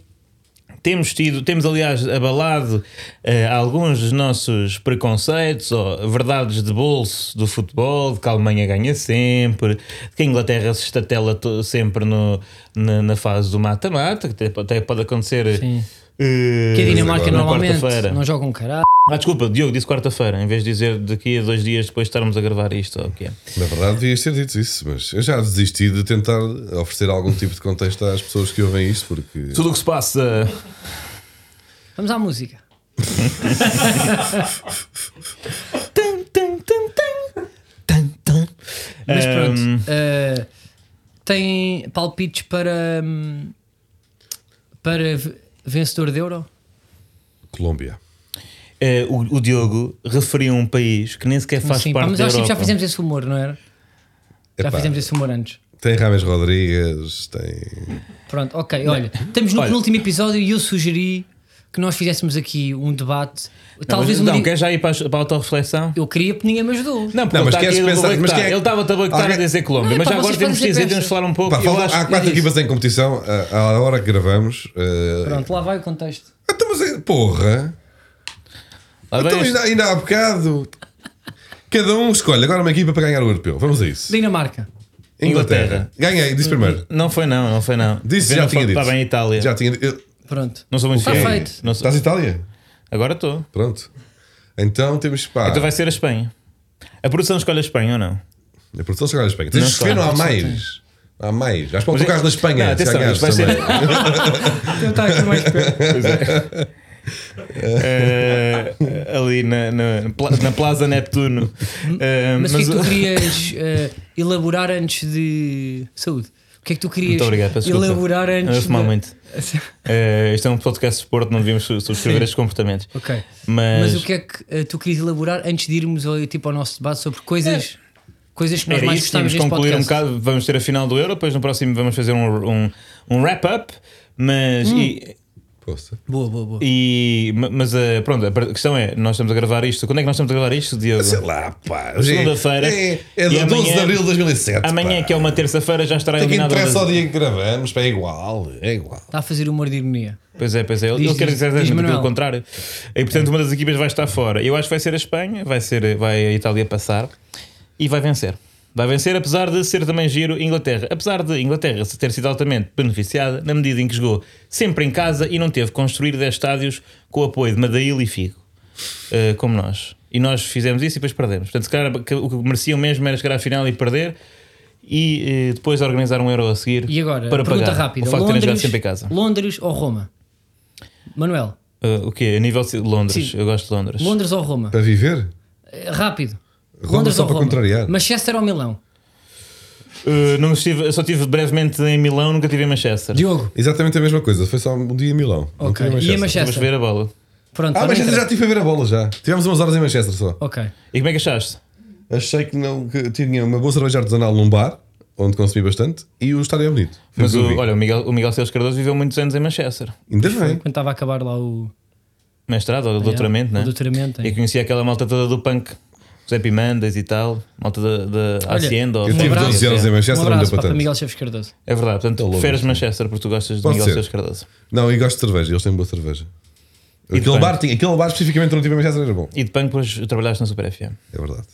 [SPEAKER 3] Temos tido, temos aliás abalado eh, alguns dos nossos preconceitos ou verdades de bolso do futebol, de que a Alemanha ganha sempre, de que a Inglaterra se estatela to- sempre no- na, na fase do mata-mata, que até, até pode acontecer.
[SPEAKER 1] Sim.
[SPEAKER 3] eh,
[SPEAKER 1] Que a Dinamarca
[SPEAKER 2] agora, na
[SPEAKER 1] normalmente
[SPEAKER 3] quarta-feira.
[SPEAKER 1] não joga um caralho.
[SPEAKER 3] Ah, desculpa, Diogo disse quarta-feira, em vez de dizer daqui a dois dias depois de estarmos a gravar isto. ou o que é.
[SPEAKER 2] Na verdade, devias ter dito isso, mas eu já desisti de tentar oferecer algum tipo de contexto às pessoas que ouvem isto, porque.
[SPEAKER 3] Tudo o que se passa.
[SPEAKER 1] Vamos à música.
[SPEAKER 3] Tum, tum, tum, tum. Tum, tum.
[SPEAKER 1] Mas pronto,
[SPEAKER 3] Ahm,
[SPEAKER 1] eh, tem palpites para hum, para v- vencedor de Euro?
[SPEAKER 2] Colômbia.
[SPEAKER 3] eh, o, o Diogo referiu a um país que nem sequer
[SPEAKER 1] Como
[SPEAKER 3] faz
[SPEAKER 1] assim? Pá,
[SPEAKER 3] parte
[SPEAKER 1] mas
[SPEAKER 3] da
[SPEAKER 1] acho que
[SPEAKER 3] Europa.
[SPEAKER 1] já fizemos esse humor, não era? Já
[SPEAKER 2] Epá.
[SPEAKER 1] fizemos esse humor antes.
[SPEAKER 2] Tem Rames Rodrigues, tem.
[SPEAKER 1] Pronto, ok, olha, estamos no
[SPEAKER 3] Olha.
[SPEAKER 1] penúltimo episódio e eu sugeri que nós fizéssemos aqui um debate. talvez
[SPEAKER 3] não,
[SPEAKER 1] um
[SPEAKER 3] mas, não
[SPEAKER 1] dia-
[SPEAKER 3] queres já ir para, a- para a autorreflexão?
[SPEAKER 1] Eu queria, porque ninguém me ajudou.
[SPEAKER 3] Não, porque
[SPEAKER 2] Não,
[SPEAKER 3] ele
[SPEAKER 2] mas
[SPEAKER 3] está aqui
[SPEAKER 2] queres
[SPEAKER 3] a
[SPEAKER 2] pensar- mas
[SPEAKER 3] boicotar.
[SPEAKER 2] quem é que-
[SPEAKER 3] Ele estava a boicotar a
[SPEAKER 2] Alguém-
[SPEAKER 3] dizer Colômbia,
[SPEAKER 1] Não, é
[SPEAKER 3] mas
[SPEAKER 1] pá,
[SPEAKER 3] já agora
[SPEAKER 1] vocês
[SPEAKER 3] temos de
[SPEAKER 1] podem
[SPEAKER 3] dizer,
[SPEAKER 1] dizer
[SPEAKER 3] temos de falar um pouco.
[SPEAKER 2] Pá,
[SPEAKER 3] eu
[SPEAKER 2] faltam-
[SPEAKER 3] acho
[SPEAKER 2] há
[SPEAKER 3] que
[SPEAKER 2] quatro
[SPEAKER 3] é isso.
[SPEAKER 2] equipas em competição, eh, à hora que gravamos. eh,
[SPEAKER 1] Pronto, lá vai o contexto.
[SPEAKER 2] Então, mas é- porra!
[SPEAKER 3] Lá vem
[SPEAKER 2] Então,
[SPEAKER 3] este-
[SPEAKER 2] ainda, ainda há bocado. Cada um escolhe agora uma equipa para ganhar o europeu. Vamos a isso.
[SPEAKER 1] Dinamarca.
[SPEAKER 2] Inglaterra.
[SPEAKER 3] Inglaterra. Uhum.
[SPEAKER 2] Ganhei, disse primeiro.
[SPEAKER 3] Não foi não, não foi não.
[SPEAKER 2] Disse,
[SPEAKER 3] Vê
[SPEAKER 2] já
[SPEAKER 3] na
[SPEAKER 2] tinha
[SPEAKER 3] foto,
[SPEAKER 2] dito.
[SPEAKER 3] Está tá bem a Itália.
[SPEAKER 2] Já Tá- tinha. eu-
[SPEAKER 1] Pronto.
[SPEAKER 3] Não sou muito
[SPEAKER 1] Está
[SPEAKER 3] fiel.
[SPEAKER 1] Tá feito.
[SPEAKER 3] Não sou-
[SPEAKER 2] Estás em Itália?
[SPEAKER 3] Agora estou.
[SPEAKER 2] Pronto. Então temos pá.
[SPEAKER 3] Então vai ser a Espanha. A produção escolhe a Espanha ou não?
[SPEAKER 2] A produção chegou à Espanha. Tens de
[SPEAKER 3] Não
[SPEAKER 2] escolher,
[SPEAKER 3] sei.
[SPEAKER 2] não há mais. Não Há mais. Acho que
[SPEAKER 3] Mas
[SPEAKER 2] o
[SPEAKER 3] é-
[SPEAKER 2] carro da Espanha.
[SPEAKER 3] Não,
[SPEAKER 2] se
[SPEAKER 3] atenção,
[SPEAKER 2] ganhares
[SPEAKER 3] isto vai
[SPEAKER 2] também.
[SPEAKER 3] ser.
[SPEAKER 1] Eu estava aqui mais perto.
[SPEAKER 3] Eh, ali na, na, pla- na Plaza Neptuno. Eh,
[SPEAKER 1] Mas o que é que tu
[SPEAKER 3] o-
[SPEAKER 1] querias eh, elaborar antes de. Saúde. O que é que tu querias
[SPEAKER 3] Muito obrigado, peço desculpa.
[SPEAKER 1] elaborar
[SPEAKER 3] Eu vou
[SPEAKER 1] antes.
[SPEAKER 3] fumar
[SPEAKER 1] de-
[SPEAKER 3] muito. Eh, isto é um podcast de esporte, não devíamos su- subscrever estes comportamentos.
[SPEAKER 1] Ok.
[SPEAKER 3] Mas,
[SPEAKER 1] Mas o que é que eh, tu querias elaborar antes de irmos ao, tipo, ao nosso debate sobre coisas,
[SPEAKER 2] É.
[SPEAKER 1] coisas que nós
[SPEAKER 3] era
[SPEAKER 1] mais
[SPEAKER 3] isso,
[SPEAKER 1] gostávamos
[SPEAKER 3] tínhamos de
[SPEAKER 1] neste
[SPEAKER 3] concluir um
[SPEAKER 1] podcast?
[SPEAKER 3] bocado. Vamos ter a final do Euro, depois no próximo vamos fazer um, um, um wrap-up.
[SPEAKER 1] Hum.
[SPEAKER 3] Mas, e-
[SPEAKER 2] Poça.
[SPEAKER 1] Boa, boa, boa.
[SPEAKER 3] e- ma- mas eh, pronto, a questão é: nós estamos a gravar isto. Quando é que nós estamos a gravar isto, Diogo?
[SPEAKER 2] Sei lá, pá. Hoje é-
[SPEAKER 3] Segunda-feira.
[SPEAKER 2] É, é do
[SPEAKER 3] E
[SPEAKER 2] 12 de
[SPEAKER 3] amanhã-
[SPEAKER 2] abril de 2007.
[SPEAKER 3] Amanhã,
[SPEAKER 2] pá.
[SPEAKER 3] que é uma terça-feira, já estará
[SPEAKER 2] É que
[SPEAKER 3] eliminado. o
[SPEAKER 2] interessa ao
[SPEAKER 3] Brasil.
[SPEAKER 2] dia em que gravamos, pá, é igual, é igual.
[SPEAKER 1] Está a fazer humor de ironia.
[SPEAKER 3] Pois é, pois é. Ele,
[SPEAKER 1] Diz,
[SPEAKER 3] ele quer
[SPEAKER 1] diz,
[SPEAKER 3] dizer
[SPEAKER 1] diz,
[SPEAKER 3] exatamente
[SPEAKER 1] Manuel. É.
[SPEAKER 3] o contrário. E portanto, uma das equipas vai estar fora. Eu acho que vai ser a Espanha, vai, ser, vai a Itália passar e vai vencer. Vai vencer, apesar de ser também giro a Inglaterra. Apesar de a Inglaterra se ter sido altamente beneficiada na medida em que jogou sempre em casa e não teve que construir 10 estádios com o apoio de Madail e Figo, eh, como nós. E nós fizemos isso e depois perdemos. Portanto, se calhar, que- o que mereciam mesmo era chegar à final e perder e eh, depois organizar um euro a seguir
[SPEAKER 1] E agora,
[SPEAKER 3] para
[SPEAKER 1] pergunta
[SPEAKER 3] pagar
[SPEAKER 1] rápida.
[SPEAKER 3] o facto de terem jogado
[SPEAKER 1] Londres,
[SPEAKER 3] sempre em casa.
[SPEAKER 1] Londres ou Roma? Manuel,
[SPEAKER 3] Uh, o quê? A nível de Londres.
[SPEAKER 1] Sim.
[SPEAKER 3] Eu gosto de Londres.
[SPEAKER 1] Londres ou Roma?
[SPEAKER 2] Para viver?
[SPEAKER 1] Eh, Rápido.
[SPEAKER 2] Roma só para contrariar.
[SPEAKER 1] Manchester ou Milão?
[SPEAKER 3] Uh, não estive, eu só estive brevemente em Milão, nunca estive em Manchester.
[SPEAKER 1] Diogo.
[SPEAKER 2] Exatamente a mesma coisa, foi só um dia em Milão. não
[SPEAKER 1] Ok.
[SPEAKER 2] tive
[SPEAKER 1] E a
[SPEAKER 3] Vamos
[SPEAKER 1] Manchester?
[SPEAKER 3] ver a bola.
[SPEAKER 1] Pronto, tá
[SPEAKER 2] Ah,
[SPEAKER 1] bem
[SPEAKER 2] Manchester já
[SPEAKER 1] interessa.
[SPEAKER 2] estive a ver a bola já. Tivemos umas horas em Manchester só.
[SPEAKER 1] Ok.
[SPEAKER 3] E como é que achaste?
[SPEAKER 2] Achei que não que tinha uma boa cerveja artesanal num bar, onde consumi bastante, e o estádio é bonito. Foi
[SPEAKER 3] Mas
[SPEAKER 2] o que eu
[SPEAKER 3] o,
[SPEAKER 2] vi.
[SPEAKER 3] olha, o Miguel, o Miguel Celes Cardoso viveu muitos anos em Manchester.
[SPEAKER 2] Ainda bem.
[SPEAKER 1] Quando estava a acabar lá o.
[SPEAKER 3] Mestrado ou doutoramento,
[SPEAKER 1] o
[SPEAKER 3] né?
[SPEAKER 1] doutoramento, é.
[SPEAKER 3] E conhecia aquela malta toda do punk. José Pimandas e tal. Malta da, da Hacienda. ou-
[SPEAKER 2] Eu tive
[SPEAKER 1] abraço.
[SPEAKER 2] 12 anos é, em
[SPEAKER 1] um
[SPEAKER 2] Manchester, não me deu
[SPEAKER 1] abraço
[SPEAKER 2] para
[SPEAKER 1] para,
[SPEAKER 2] tanto.
[SPEAKER 1] Miguel Chaves Cardoso.
[SPEAKER 3] É verdade. Portanto,
[SPEAKER 2] louco.
[SPEAKER 3] preferes Manchester porque tu gostas de
[SPEAKER 2] Tá Pode
[SPEAKER 3] Miguel
[SPEAKER 2] ser.
[SPEAKER 3] Celes Cardoso.
[SPEAKER 2] Não, e gosto de cerveja, eles têm boa cerveja. Aquele
[SPEAKER 3] punk.
[SPEAKER 2] bar, tinha, aquele bar especificamente onde tive em Manchester era bom.
[SPEAKER 3] E de punk depois trabalhaste na Super FM.
[SPEAKER 2] É verdade.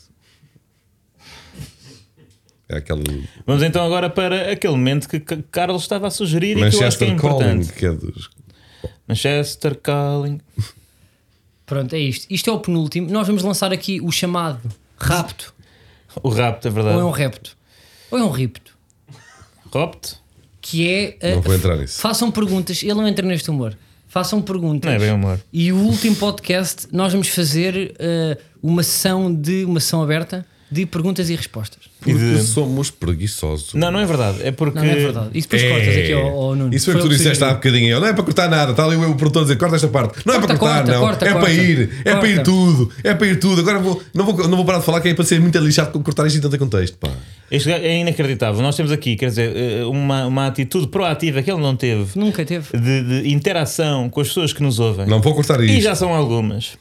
[SPEAKER 2] É aquele
[SPEAKER 3] Vamos então agora para aquele momento que C- Carlos estava a sugerir e que eu acho que
[SPEAKER 2] Manchester
[SPEAKER 3] é
[SPEAKER 2] Calling,
[SPEAKER 3] importante.
[SPEAKER 2] que é dos.
[SPEAKER 3] Manchester Calling.
[SPEAKER 1] Pronto, é isto. Isto é o penúltimo. Nós vamos lançar aqui o chamado rapto.
[SPEAKER 3] O rapto, é verdade.
[SPEAKER 1] Ou um é um repto. Ou é um ripto.
[SPEAKER 3] Rapto?
[SPEAKER 1] Que é. eh,
[SPEAKER 2] Não vou entrar nisso.
[SPEAKER 1] Façam perguntas. Ele não entra neste humor. Façam perguntas.
[SPEAKER 3] Não é bem humor.
[SPEAKER 1] E o último podcast nós vamos fazer eh, uma sessão de uma sessão aberta de perguntas e respostas.
[SPEAKER 3] E de-
[SPEAKER 2] Porque somos preguiçosos.
[SPEAKER 3] Não, não é verdade. É porque.
[SPEAKER 1] Não, não é verdade. Isso depois cortas aqui ao, ao Nuno.
[SPEAKER 2] Isso foi o que tu
[SPEAKER 1] ele
[SPEAKER 2] disseste há
[SPEAKER 1] sugeriu.
[SPEAKER 2] bocadinho. Eu, Não é para cortar nada. Está ali o produtor a dizer: corta esta parte. Não é
[SPEAKER 1] Corta,
[SPEAKER 2] para cortar,
[SPEAKER 1] corta,
[SPEAKER 2] não.
[SPEAKER 1] corta,
[SPEAKER 2] é
[SPEAKER 1] corta.
[SPEAKER 2] para ir. É para ir
[SPEAKER 1] Corta.
[SPEAKER 2] tudo. É para ir tudo. Agora vou, não, vou, não vou parar de falar que é para ser muito lixado com cortar isto em tanto contexto. Pá.
[SPEAKER 3] Este gajo é inacreditável. Nós temos aqui, quer dizer, eh, uma, uma atitude proativa que ele não teve
[SPEAKER 1] Nunca teve.
[SPEAKER 3] de, de interação com as pessoas que nos ouvem.
[SPEAKER 2] Não vou cortar isto.
[SPEAKER 3] E já são algumas.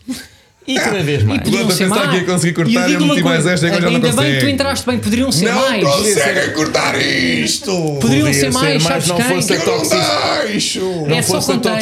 [SPEAKER 3] E cada vez mais.
[SPEAKER 2] podia-
[SPEAKER 1] Poderiam
[SPEAKER 2] Enquanto
[SPEAKER 1] ser
[SPEAKER 2] eu pensar
[SPEAKER 1] mais.
[SPEAKER 2] que ia conseguir
[SPEAKER 1] E eu
[SPEAKER 2] cortar, eu
[SPEAKER 1] digo uma
[SPEAKER 2] meti mais
[SPEAKER 1] coisa,
[SPEAKER 2] esta e agora já não
[SPEAKER 1] Ainda bem que tu
[SPEAKER 2] consigo.
[SPEAKER 1] entraste bem. Poderiam ser mais.
[SPEAKER 2] conseguem cortar isto.
[SPEAKER 1] Poderiam
[SPEAKER 3] Podia
[SPEAKER 1] ser mais,
[SPEAKER 3] ser mais,
[SPEAKER 1] sabes
[SPEAKER 3] não
[SPEAKER 1] quem?
[SPEAKER 3] fosse a toxicidade.
[SPEAKER 2] deixo.
[SPEAKER 3] não
[SPEAKER 1] é só
[SPEAKER 3] fosse a
[SPEAKER 1] contexto.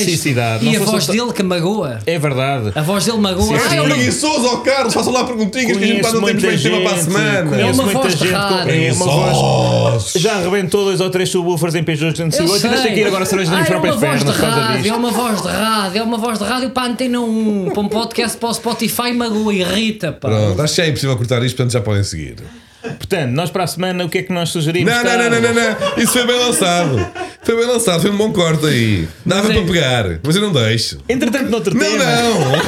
[SPEAKER 1] E
[SPEAKER 3] toxicidade, não
[SPEAKER 1] a
[SPEAKER 3] fosse a
[SPEAKER 1] voz
[SPEAKER 3] to-
[SPEAKER 1] dele que magoa.
[SPEAKER 3] É verdade.
[SPEAKER 1] A voz dele magoa.
[SPEAKER 3] Sim,
[SPEAKER 1] Ah,
[SPEAKER 3] sim.
[SPEAKER 1] é uma-
[SPEAKER 2] preguiçoso ao Carlos. Façam lá perguntinhas que a gente
[SPEAKER 3] Conheço
[SPEAKER 2] não temos
[SPEAKER 3] muita
[SPEAKER 2] bem tema
[SPEAKER 3] gente.
[SPEAKER 2] para a semana.
[SPEAKER 1] É
[SPEAKER 3] Conheço
[SPEAKER 1] uma
[SPEAKER 3] muita
[SPEAKER 1] voz
[SPEAKER 3] gente.
[SPEAKER 1] rara.
[SPEAKER 3] com- É uma voz.
[SPEAKER 2] Preguiçosos.
[SPEAKER 3] Já arrebentou dois ou três subwoofers em Peugeot 208 e ainda tem que ir agora cerveja nas
[SPEAKER 1] Ah,
[SPEAKER 3] próprias pernas
[SPEAKER 1] É
[SPEAKER 3] por
[SPEAKER 1] uma
[SPEAKER 3] causa
[SPEAKER 1] voz de rádio, é
[SPEAKER 3] disto.
[SPEAKER 1] uma voz de rádio, é uma voz de rádio para a Antena 1, para um podcast para o Spotify, magoa, irrita, pá.
[SPEAKER 2] Pronto, acho que é impossível cortar isto, portanto já podem seguir.
[SPEAKER 3] Portanto, nós para a semana o que é que nós sugerimos?
[SPEAKER 2] Não, não, não, não, não, não. Isso foi bem lançado. Foi bem lançado, foi um bom corte aí. Dava
[SPEAKER 1] Mas é-
[SPEAKER 2] para pegar, mas eu não deixo.
[SPEAKER 3] Entretanto, noutro
[SPEAKER 2] Não,
[SPEAKER 3] tema,
[SPEAKER 2] não!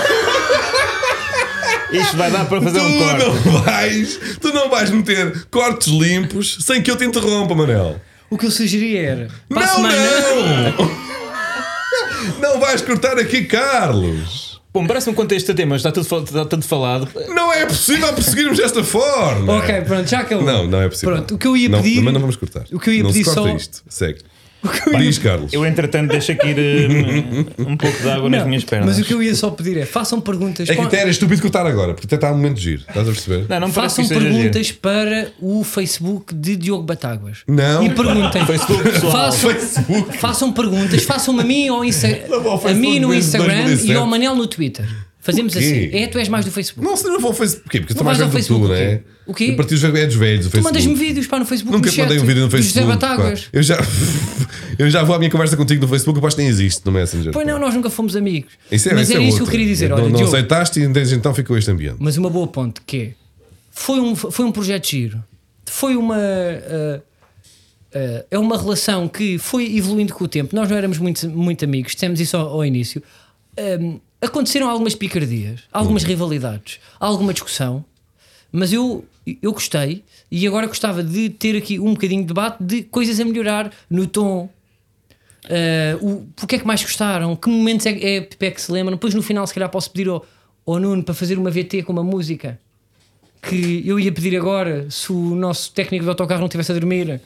[SPEAKER 3] isto vai dar para fazer
[SPEAKER 2] tu
[SPEAKER 3] um corte.
[SPEAKER 2] não vais, tu não vais meter cortes limpos sem que eu te interrompa, Manel.
[SPEAKER 1] O que eu sugeri era para a
[SPEAKER 2] não,
[SPEAKER 1] semana.
[SPEAKER 2] não! Não vais cortar aqui, Carlos!
[SPEAKER 3] Bom, parece-me quanto a este tema, está tudo, fal- está tudo falado.
[SPEAKER 2] Não é possível prosseguirmos desta forma!
[SPEAKER 1] Ok, pronto, já acabou.
[SPEAKER 2] Não, não é possível.
[SPEAKER 1] Pronto, o que eu ia
[SPEAKER 2] Não,
[SPEAKER 1] pedir-
[SPEAKER 2] Mas não vamos cortar.
[SPEAKER 1] o que eu ia
[SPEAKER 2] não
[SPEAKER 1] pedir
[SPEAKER 2] se corta
[SPEAKER 1] só-
[SPEAKER 2] isto. Segue. Diz, Carlos.
[SPEAKER 3] Eu, entretanto, deixo aqui eh, um pouco de água nas
[SPEAKER 1] Não,
[SPEAKER 3] minhas pernas.
[SPEAKER 1] Mas o que eu ia só pedir é façam perguntas.
[SPEAKER 2] É que
[SPEAKER 1] para-
[SPEAKER 2] até era estúpido cortar agora, porque até está um momento de giro. Estás a perceber?
[SPEAKER 3] Não, não me parece que
[SPEAKER 1] Façam
[SPEAKER 3] isto seja
[SPEAKER 1] perguntas para o Facebook de Diogo Batáguas.
[SPEAKER 2] Não.
[SPEAKER 1] E perguntem.
[SPEAKER 3] giro. Pessoal,
[SPEAKER 1] Façam,
[SPEAKER 2] Facebook.
[SPEAKER 1] façam perguntas, façam-me a mim, ao Insta-
[SPEAKER 2] vou ao
[SPEAKER 1] a mim
[SPEAKER 2] Facebook
[SPEAKER 1] no
[SPEAKER 2] desde
[SPEAKER 1] Instagram
[SPEAKER 2] 2017.
[SPEAKER 1] e ao Manel no Twitter. Fazemos
[SPEAKER 2] O quê?
[SPEAKER 1] assim. É, tu és mais do Facebook.
[SPEAKER 2] Não, se não vou ao Facebook. Porquê? Porque eu estou
[SPEAKER 1] Não
[SPEAKER 2] mais
[SPEAKER 1] vais
[SPEAKER 2] velho
[SPEAKER 1] ao
[SPEAKER 2] do que tu,
[SPEAKER 1] Facebook,
[SPEAKER 2] não é?
[SPEAKER 1] o quê?
[SPEAKER 2] E partir os velhos do é Facebook.
[SPEAKER 1] Tu mandas-me vídeos para no Facebook.
[SPEAKER 2] Nunca
[SPEAKER 1] no
[SPEAKER 2] te
[SPEAKER 1] chat,
[SPEAKER 2] mandei um vídeo no
[SPEAKER 1] do
[SPEAKER 2] Facebook.
[SPEAKER 1] José
[SPEAKER 2] pá.
[SPEAKER 1] Batáguas.
[SPEAKER 2] Eu já, eu já vou à minha conversa contigo no Facebook, eu acho que nem existe no Messenger.
[SPEAKER 1] Pois não,
[SPEAKER 2] pá.
[SPEAKER 1] nós nunca fomos amigos.
[SPEAKER 2] Isso é,
[SPEAKER 1] mas
[SPEAKER 2] isso
[SPEAKER 1] era
[SPEAKER 2] é
[SPEAKER 1] isso que eu
[SPEAKER 2] outra.
[SPEAKER 1] queria dizer.
[SPEAKER 2] Não,
[SPEAKER 1] Olha,
[SPEAKER 2] não
[SPEAKER 1] Diogo,
[SPEAKER 2] aceitaste e desde então ficou este ambiente.
[SPEAKER 1] mas uma boa ponte que é, foi um, foi um projeto giro. Foi uma. ah, ah, é uma relação que foi evoluindo com o tempo. Nós não éramos muito, muito amigos, dissemos isso ao, ao início. Ahm, aconteceram algumas picardias, algumas rivalidades, alguma discussão, mas eu, eu gostei e agora gostava de ter aqui um bocadinho de debate de coisas a melhorar no tom. ah, o, porque é que mais gostaram? Que momentos é, é, é que se lembram? Depois no final, se calhar, posso pedir ao, ao Nuno para fazer uma VT com uma música que eu ia pedir agora se o nosso técnico de autocarro não estivesse a dormir.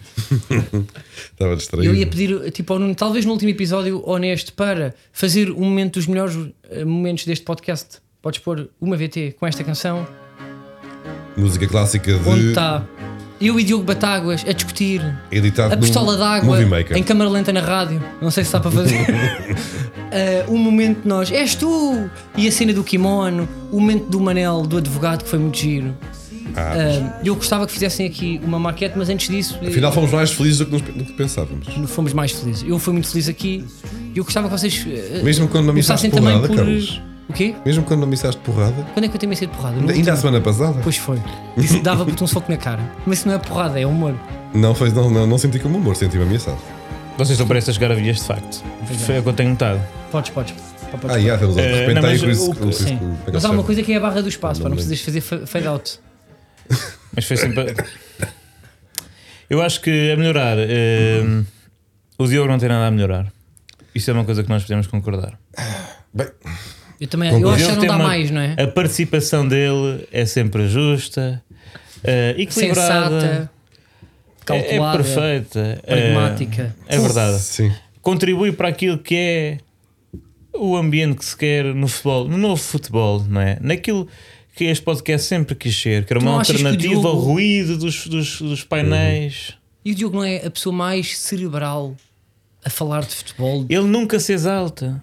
[SPEAKER 2] Estava distraído.
[SPEAKER 1] Eu ia pedir, tipo, ao Nuno, talvez no último episódio ou neste, para fazer um momento dos melhores eh, momentos deste podcast. Podes pôr uma VT com esta canção,
[SPEAKER 2] Música clássica
[SPEAKER 1] onde
[SPEAKER 2] de.
[SPEAKER 1] está eu e Diogo Batáguas a discutir
[SPEAKER 2] Editado
[SPEAKER 1] a pistola
[SPEAKER 2] num,
[SPEAKER 1] d'água
[SPEAKER 2] Movie Maker.
[SPEAKER 1] em câmara lenta na rádio. Não sei se está para fazer. Eh, um momento de nós, és tu! E a cena do kimono, o momento do Manel, do advogado, que foi muito giro.
[SPEAKER 2] Ah,
[SPEAKER 1] Eh, eu gostava que fizessem aqui uma maquete, mas antes disso. eh,
[SPEAKER 2] Afinal, fomos mais felizes do que, nos- do que pensávamos.
[SPEAKER 1] fomos mais felizes. Eu fui muito feliz aqui e eu gostava que vocês. eh,
[SPEAKER 2] Mesmo quando não me
[SPEAKER 1] começassem
[SPEAKER 2] disseste
[SPEAKER 1] também
[SPEAKER 2] porrada,
[SPEAKER 1] por.
[SPEAKER 2] Carlos.
[SPEAKER 1] O quê?
[SPEAKER 2] Mesmo quando não me disseste porrada.
[SPEAKER 1] Quando é que eu tenho sido porrada? No
[SPEAKER 2] Ainda a semana passada?
[SPEAKER 1] Pois foi. Disse dava-te um soco na cara. Mas isso não é porrada, é humor.
[SPEAKER 2] Não, fez, não, não, não senti como humor, senti-me ameaçado.
[SPEAKER 3] Vocês estão prestes a jogar a vias de facto.
[SPEAKER 1] é.
[SPEAKER 3] Foi o que eu tenho notado.
[SPEAKER 1] Podes, podes. Pá, podes.
[SPEAKER 2] Ah, já, temos de
[SPEAKER 3] Eh,
[SPEAKER 2] repente
[SPEAKER 3] não,
[SPEAKER 2] está aí
[SPEAKER 3] mas
[SPEAKER 2] o Chris.
[SPEAKER 3] o-
[SPEAKER 2] o Chris-
[SPEAKER 1] Sim.
[SPEAKER 2] como é que ele
[SPEAKER 1] Mas
[SPEAKER 2] se
[SPEAKER 1] há uma
[SPEAKER 2] chama?
[SPEAKER 1] coisa que é a barra do espaço, pá, não
[SPEAKER 2] me
[SPEAKER 1] precisas fazer fa- fade out.
[SPEAKER 3] Mas foi sempre. Eu acho que a melhorar. eh, o Diogo não tem nada a melhorar. Isso é uma coisa que nós podemos concordar.
[SPEAKER 2] Bem,
[SPEAKER 1] Eu também
[SPEAKER 2] Concordo.
[SPEAKER 1] eu acho
[SPEAKER 3] Ele
[SPEAKER 1] que já não
[SPEAKER 3] tem
[SPEAKER 1] dá
[SPEAKER 3] uma-
[SPEAKER 1] mais, não é?
[SPEAKER 3] A participação dele é sempre justa, eh, equilibrada,
[SPEAKER 1] Sensata,
[SPEAKER 3] é, é
[SPEAKER 1] calculada,
[SPEAKER 3] perfeita, eh,
[SPEAKER 1] pragmática.
[SPEAKER 3] É verdade.
[SPEAKER 2] sim.
[SPEAKER 3] Contribui para aquilo que é o ambiente que se quer no futebol, no novo futebol, não é? Naquilo que este podcast sempre quis ser, que era
[SPEAKER 1] Tu
[SPEAKER 3] uma
[SPEAKER 1] não achas que o
[SPEAKER 3] alternativa ao
[SPEAKER 1] Diogo-
[SPEAKER 3] ruído dos, dos, dos painéis.
[SPEAKER 1] E o Diogo não é a pessoa mais cerebral a falar de futebol.
[SPEAKER 3] Ele nunca se exalta.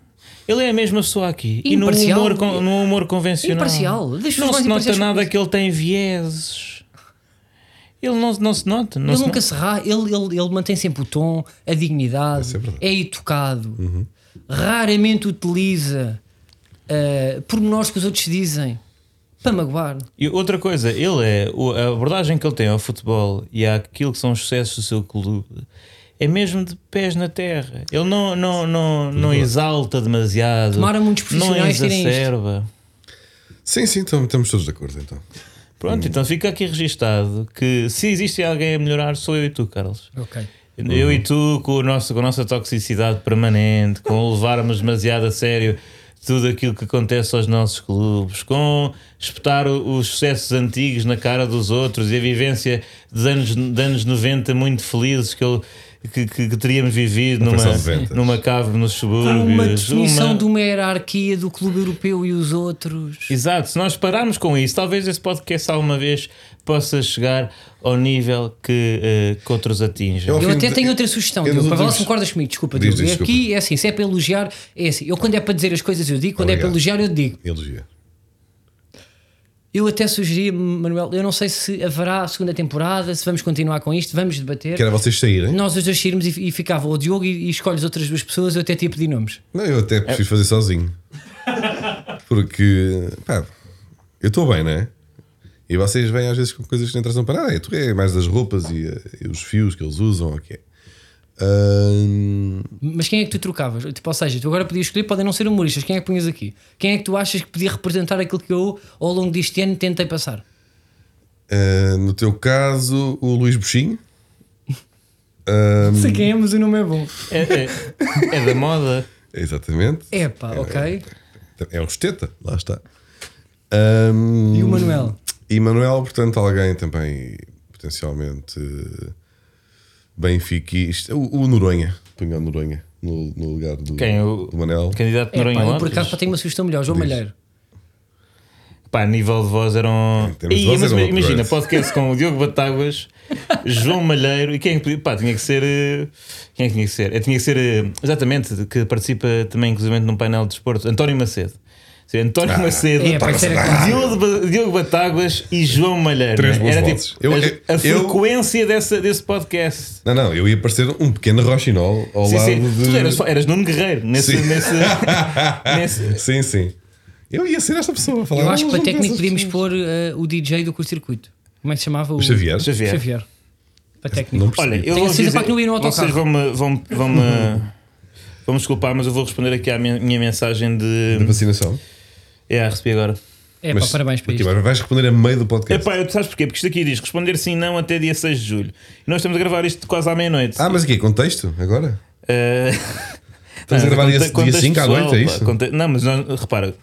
[SPEAKER 3] Ele é a mesma pessoa aqui. E no
[SPEAKER 1] Imparcial.
[SPEAKER 3] humor, con- no humor convencional.
[SPEAKER 1] Imparcial. Deixa os
[SPEAKER 3] Não
[SPEAKER 1] mais
[SPEAKER 3] se nota
[SPEAKER 1] imparciais
[SPEAKER 3] nada
[SPEAKER 1] com
[SPEAKER 3] que ele tem vieses. Ele não, não se nota. Não
[SPEAKER 1] ele
[SPEAKER 3] se
[SPEAKER 1] nunca
[SPEAKER 3] nota.
[SPEAKER 1] se ra, ele, ele, ele mantém sempre o tom, a dignidade,
[SPEAKER 2] Isso é verdade.
[SPEAKER 1] é educado,
[SPEAKER 3] Uhum.
[SPEAKER 1] raramente utiliza uh, pormenores que os outros dizem para magoar.
[SPEAKER 3] E outra coisa, ele é. o- A abordagem que ele tem ao futebol e àquilo que são os sucessos do seu clube é mesmo de pés na terra. Ele não, não, não, não exalta demasiado.
[SPEAKER 1] Tomara muitos
[SPEAKER 3] não
[SPEAKER 1] profissionais terem isto.
[SPEAKER 3] exacerba.
[SPEAKER 2] Sim, sim, então, estamos todos de acordo então.
[SPEAKER 3] Pronto, então fica aqui registado que se existe alguém a melhorar, sou eu e tu, Carlos.
[SPEAKER 1] Ok.
[SPEAKER 3] Eu e tu, com, o nosso, com a nossa toxicidade permanente, com o levarmos demasiado a sério tudo aquilo que acontece aos nossos clubes, com espetar o- os sucessos antigos na cara dos outros e a vivência dos anos, dos anos 90 muito felizes que, eu, que, que- que teríamos vivido
[SPEAKER 2] Operação
[SPEAKER 3] numa,
[SPEAKER 2] 90.
[SPEAKER 3] numa cave nos subúrbios.
[SPEAKER 1] Uma definição
[SPEAKER 3] uma-
[SPEAKER 1] de uma hierarquia do clube europeu e os outros.
[SPEAKER 3] Exato, se nós pararmos com isso, talvez esse podcast alguma vez possa chegar ao nível que, eh, que outros atingem.
[SPEAKER 2] Eu-
[SPEAKER 1] Eu
[SPEAKER 2] fim
[SPEAKER 1] até
[SPEAKER 2] de-
[SPEAKER 1] tenho outra sugestão,
[SPEAKER 2] eu
[SPEAKER 1] Diogo,
[SPEAKER 2] nos
[SPEAKER 1] para ver se
[SPEAKER 2] últimos-
[SPEAKER 1] concordas comigo, desculpa,
[SPEAKER 2] Diz,
[SPEAKER 1] Diogo.
[SPEAKER 2] diz,
[SPEAKER 1] É Aqui é assim, se é para elogiar, é assim. Eu quando é para dizer as coisas eu digo, quando é para
[SPEAKER 2] Obrigado.
[SPEAKER 1] elogiar eu digo.
[SPEAKER 2] Elogia.
[SPEAKER 1] Eu até sugeria, Manuel, eu não sei se haverá segunda temporada, se vamos continuar com isto, vamos debater.
[SPEAKER 2] Que era vocês saírem? Não.
[SPEAKER 1] Nós os dois saímos e, e ficava o Diogo e, e escolhes outras duas pessoas, eu até te ia pedir nomes.
[SPEAKER 2] eu
[SPEAKER 1] É.
[SPEAKER 2] até preciso fazer sozinho. Porque, pá, eu estou bem, não é? E vocês vêm às vezes com coisas que não interessam para nada. É, tu é mais das roupas e, eh, e os fios que eles usam, ok. Ahn,
[SPEAKER 1] Mas quem é que tu trocavas? Tipo, ou seja, tu agora podias escolher, podem não ser humoristas, quem é que punhas aqui? Quem é que tu achas que podia representar aquilo que eu ao longo deste ano tentei passar?
[SPEAKER 2] ah, no teu caso, o Luís Buxinho.
[SPEAKER 1] Não sei quem é, mas o nome é bom.
[SPEAKER 3] É, é- é da moda.
[SPEAKER 2] Exatamente.
[SPEAKER 1] É pá, ok.
[SPEAKER 2] É um esteta, lá está. Ahm,
[SPEAKER 1] E o Manuel?
[SPEAKER 2] E Manuel, portanto, alguém também potencialmente eh, benfiquista. O, o Noronha. Punhar Noronha no, no lugar do,
[SPEAKER 3] Quem? O
[SPEAKER 2] do Manel.
[SPEAKER 3] candidato de
[SPEAKER 1] É,
[SPEAKER 3] Noronha
[SPEAKER 1] pá, eu por
[SPEAKER 3] Lopes?
[SPEAKER 1] acaso só tenho uma sugestão melhor, João
[SPEAKER 2] Diz.
[SPEAKER 1] Malheiro.
[SPEAKER 3] Pá, a nível de voz eram.
[SPEAKER 2] Em termos de
[SPEAKER 3] Ih,
[SPEAKER 2] voz
[SPEAKER 3] mas
[SPEAKER 2] era um
[SPEAKER 3] imagina,
[SPEAKER 2] upgrade.
[SPEAKER 3] podcast com o Diogo Batáguas, João Malheiro e quem é que podia- pá, tinha que ser. eh, Quem é que tinha que ser? Eh, tinha que ser, eh, exatamente, que participa também, inclusive, num painel de desporto, António Macedo. Sim, António Macedo,
[SPEAKER 1] É, pá, isso era
[SPEAKER 2] Ah.
[SPEAKER 1] claro.
[SPEAKER 3] Diogo, Ba- Diogo Batáguas e João Malheiro.
[SPEAKER 2] Três
[SPEAKER 3] né?
[SPEAKER 2] boas
[SPEAKER 3] Era
[SPEAKER 2] vozes.
[SPEAKER 3] tipo
[SPEAKER 2] Eu-
[SPEAKER 3] a,
[SPEAKER 2] eu-
[SPEAKER 3] a
[SPEAKER 2] eu-
[SPEAKER 3] frequência dessa, desse podcast.
[SPEAKER 2] Não, não, eu ia parecer um pequeno Rochinol ao
[SPEAKER 3] Sim,
[SPEAKER 2] lado
[SPEAKER 3] sim.
[SPEAKER 2] de.
[SPEAKER 3] Tu eras, eras Nuno Guerreiro nesse.
[SPEAKER 2] Sim.
[SPEAKER 3] nesse, nesse-
[SPEAKER 2] Sim, sim. Eu ia ser esta pessoa a falar.
[SPEAKER 1] Eu acho que
[SPEAKER 2] "Ah,
[SPEAKER 1] para
[SPEAKER 2] não
[SPEAKER 1] técnico
[SPEAKER 2] essas
[SPEAKER 1] podíamos
[SPEAKER 2] pessoas."
[SPEAKER 1] pôr eh, o DJ do curto-circuito. Como é que se chamava? O
[SPEAKER 2] Xavier?
[SPEAKER 3] Xavier.
[SPEAKER 1] Xavier. Para técnico.
[SPEAKER 2] Não percebi.
[SPEAKER 3] Olha, eu
[SPEAKER 1] Tenho
[SPEAKER 3] vou
[SPEAKER 1] certeza
[SPEAKER 3] dizer,
[SPEAKER 1] que não ia um no autocarro.
[SPEAKER 3] vocês vão-me vão, vão vão desculpar, mas eu vou responder aqui à minha, minha mensagem
[SPEAKER 2] Da
[SPEAKER 3] de.
[SPEAKER 2] vacinação.
[SPEAKER 3] É, recebi agora.
[SPEAKER 1] É pá,
[SPEAKER 2] Mas-
[SPEAKER 1] parabéns para
[SPEAKER 2] porque
[SPEAKER 1] isto.
[SPEAKER 2] agora Vais responder a meio do podcast.
[SPEAKER 3] Epá, eu- sabes porquê? Porque isto aqui diz responder sim não até dia 6 de julho. E nós estamos a gravar isto quase à meia-noite.
[SPEAKER 2] Ah, mas aqui, contexto? Agora?
[SPEAKER 3] Eh,
[SPEAKER 2] Estamos a
[SPEAKER 3] não,
[SPEAKER 2] gravar
[SPEAKER 3] conte-
[SPEAKER 2] dia- dia
[SPEAKER 3] contexto
[SPEAKER 2] cinco à
[SPEAKER 3] pessoal,
[SPEAKER 2] noite, é
[SPEAKER 3] pá,
[SPEAKER 2] isso?
[SPEAKER 3] conte- Não, mas não, repara,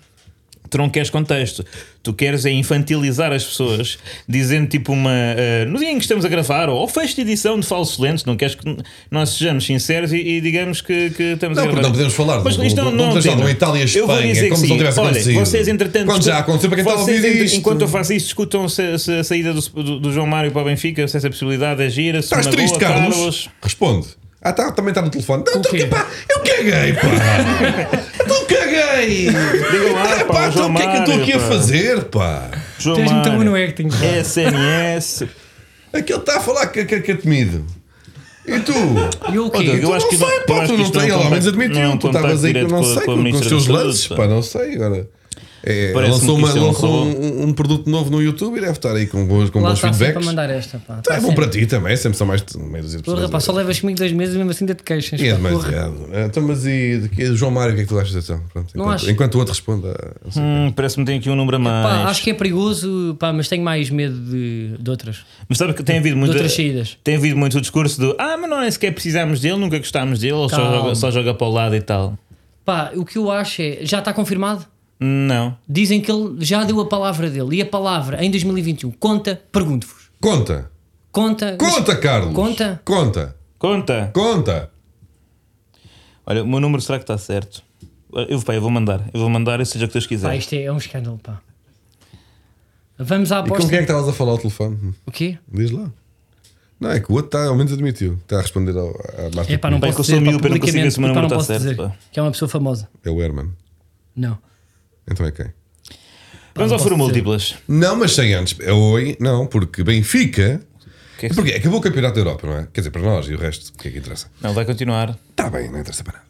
[SPEAKER 3] tu não queres contexto. Tu queres é infantilizar as pessoas, dizendo tipo uma. eh, no dia em que estamos a gravar, ou, ou fecho de edição de falsos lentes, não queres que n- nós sejamos sinceros e, e digamos que, que estamos
[SPEAKER 2] Não,
[SPEAKER 3] a gravar.
[SPEAKER 2] porque não podemos falar de-
[SPEAKER 3] Mas
[SPEAKER 2] do-
[SPEAKER 3] isto não,
[SPEAKER 2] do-
[SPEAKER 3] não
[SPEAKER 2] do- do-
[SPEAKER 3] tem.
[SPEAKER 2] do Itália e
[SPEAKER 3] Eu vou
[SPEAKER 2] Espanha,
[SPEAKER 3] dizer
[SPEAKER 2] como se
[SPEAKER 3] que
[SPEAKER 2] não
[SPEAKER 3] sim.
[SPEAKER 2] tivesse acontecido.
[SPEAKER 3] Olha, vocês entretanto.
[SPEAKER 2] Quando já aconteceu, para quem está a
[SPEAKER 3] vocês,
[SPEAKER 2] ouvir
[SPEAKER 3] entre-
[SPEAKER 2] isto?
[SPEAKER 3] Enquanto eu faço isto, escutam se- se- a saída do, do- do João Mário para o Benfica, se essa possibilidade é gira. se
[SPEAKER 2] Estás
[SPEAKER 3] magoa,
[SPEAKER 2] triste, Carlos?
[SPEAKER 3] Carlos?
[SPEAKER 2] Responde. Ah, tá, também está no telefone. Não,
[SPEAKER 1] O
[SPEAKER 2] tô-
[SPEAKER 1] quê?
[SPEAKER 2] pá, eu caguei, pá. Tu caguei.
[SPEAKER 3] Diga lá,
[SPEAKER 2] É,
[SPEAKER 3] pá,
[SPEAKER 2] pá,
[SPEAKER 3] ao
[SPEAKER 2] então
[SPEAKER 3] João
[SPEAKER 2] o que é que eu estou
[SPEAKER 3] Mário,
[SPEAKER 2] aqui a
[SPEAKER 3] pá.
[SPEAKER 2] fazer, pá?
[SPEAKER 3] João
[SPEAKER 1] Tens muito bom
[SPEAKER 3] Mário.
[SPEAKER 1] no acting. pá.
[SPEAKER 3] SNS.
[SPEAKER 2] Aquele está a falar que que- que é temido. E tu?
[SPEAKER 1] E o
[SPEAKER 3] Oh, Deus,
[SPEAKER 1] quê?
[SPEAKER 3] eu-
[SPEAKER 2] Tu
[SPEAKER 3] acho
[SPEAKER 2] não
[SPEAKER 3] que
[SPEAKER 2] sei,
[SPEAKER 3] não- eu
[SPEAKER 2] pá,
[SPEAKER 3] acho
[SPEAKER 2] tu
[SPEAKER 3] que
[SPEAKER 2] não tens, ele ao
[SPEAKER 3] isto não
[SPEAKER 2] menos
[SPEAKER 3] contacto- não é
[SPEAKER 2] admitiu,
[SPEAKER 3] um
[SPEAKER 2] tu estavas aí, que eu não
[SPEAKER 3] contacto
[SPEAKER 2] sei,
[SPEAKER 3] direto com a-
[SPEAKER 2] com,
[SPEAKER 3] com a
[SPEAKER 2] os teus
[SPEAKER 3] Ministra da
[SPEAKER 2] lances,
[SPEAKER 3] Saúde,
[SPEAKER 2] pá, não sei, agora... É,
[SPEAKER 3] Parece-me
[SPEAKER 2] lançou
[SPEAKER 3] que
[SPEAKER 2] uma-
[SPEAKER 3] isto é um
[SPEAKER 2] lançou
[SPEAKER 3] robô.
[SPEAKER 2] um, um produto novo no YouTube e deve estar aí com bons, com
[SPEAKER 1] Lá
[SPEAKER 2] bons
[SPEAKER 1] está sempre a
[SPEAKER 2] feedbacks.
[SPEAKER 1] mandar esta. Pá.
[SPEAKER 2] Então
[SPEAKER 1] Está
[SPEAKER 2] é bom
[SPEAKER 1] sempre.
[SPEAKER 2] para ti também, sempre são mais de meia dúzia de
[SPEAKER 1] Porra,
[SPEAKER 2] pessoas.
[SPEAKER 1] rapaz, só levas comigo dois meses e mesmo assim ainda te queixas.
[SPEAKER 2] E é
[SPEAKER 1] pá, porra.
[SPEAKER 2] demasiado. Então, mas e de que- João Mário, o que é que tu achas então? Pronto,
[SPEAKER 1] Não
[SPEAKER 2] enquanto,
[SPEAKER 1] acho.
[SPEAKER 2] enquanto o outro responde. ah, não sei.
[SPEAKER 3] Hum, Parece-me que tem aqui um número a mais.
[SPEAKER 1] Pá, acho que é perigoso, pá, mas tenho mais medo de, de outras.
[SPEAKER 3] Mas sabe que tem havido muito.
[SPEAKER 1] outras saídas.
[SPEAKER 3] Tem havido muito o discurso do ah, mas não é sequer precisámos dele, nunca gostámos dele, ele só
[SPEAKER 1] Calma.
[SPEAKER 3] joga, só joga para o lado e tal.
[SPEAKER 1] Pá, o que eu acho é. Já está confirmado?
[SPEAKER 3] Não.
[SPEAKER 1] Dizem que ele já deu a palavra dele. E a palavra em 2021 conta? Pergunto-vos.
[SPEAKER 2] Conta!
[SPEAKER 1] Conta?
[SPEAKER 2] Conta, Carlos!
[SPEAKER 1] Conta?
[SPEAKER 2] Conta!
[SPEAKER 3] Conta.
[SPEAKER 2] Conta!
[SPEAKER 3] Olha, o meu número será que está certo? Eu, pá, eu vou mandar, eu vou mandar, e seja o que Deus
[SPEAKER 1] Pá,
[SPEAKER 3] quiser.
[SPEAKER 1] isto é, é um escândalo, pá. Vamos à
[SPEAKER 2] E com
[SPEAKER 1] aposta.
[SPEAKER 2] quem é que estavas a falar ao telefone? Hum,
[SPEAKER 1] O quê?
[SPEAKER 2] Diz lá. Não, é que o outro está, ao menos admitiu. Está a responder ao, à Marta.
[SPEAKER 1] É pá, não
[SPEAKER 3] Pá, é que eu
[SPEAKER 1] posso dizer,
[SPEAKER 3] sou
[SPEAKER 1] pá,
[SPEAKER 3] miúdo, eu não consigo
[SPEAKER 1] publicamente,
[SPEAKER 3] ver se o meu
[SPEAKER 1] pá, não
[SPEAKER 3] número
[SPEAKER 1] posso
[SPEAKER 3] está
[SPEAKER 1] dizer
[SPEAKER 3] certo, pá.
[SPEAKER 1] que é uma pessoa famosa.
[SPEAKER 2] É o Herman.
[SPEAKER 1] Não.
[SPEAKER 2] Então é quem?
[SPEAKER 3] Vamos
[SPEAKER 1] não
[SPEAKER 3] ao Foro
[SPEAKER 1] posso dizer.
[SPEAKER 3] Múltiplas.
[SPEAKER 2] Não, mas sem antes. É hoje, não, porque Benfica.
[SPEAKER 3] Que é que-
[SPEAKER 2] Porque acabou o Campeonato da Europa, não é? Quer dizer, para nós e o resto, o que é que interessa?
[SPEAKER 3] Não, vai continuar.
[SPEAKER 2] Está Tá bem, não interessa para nada.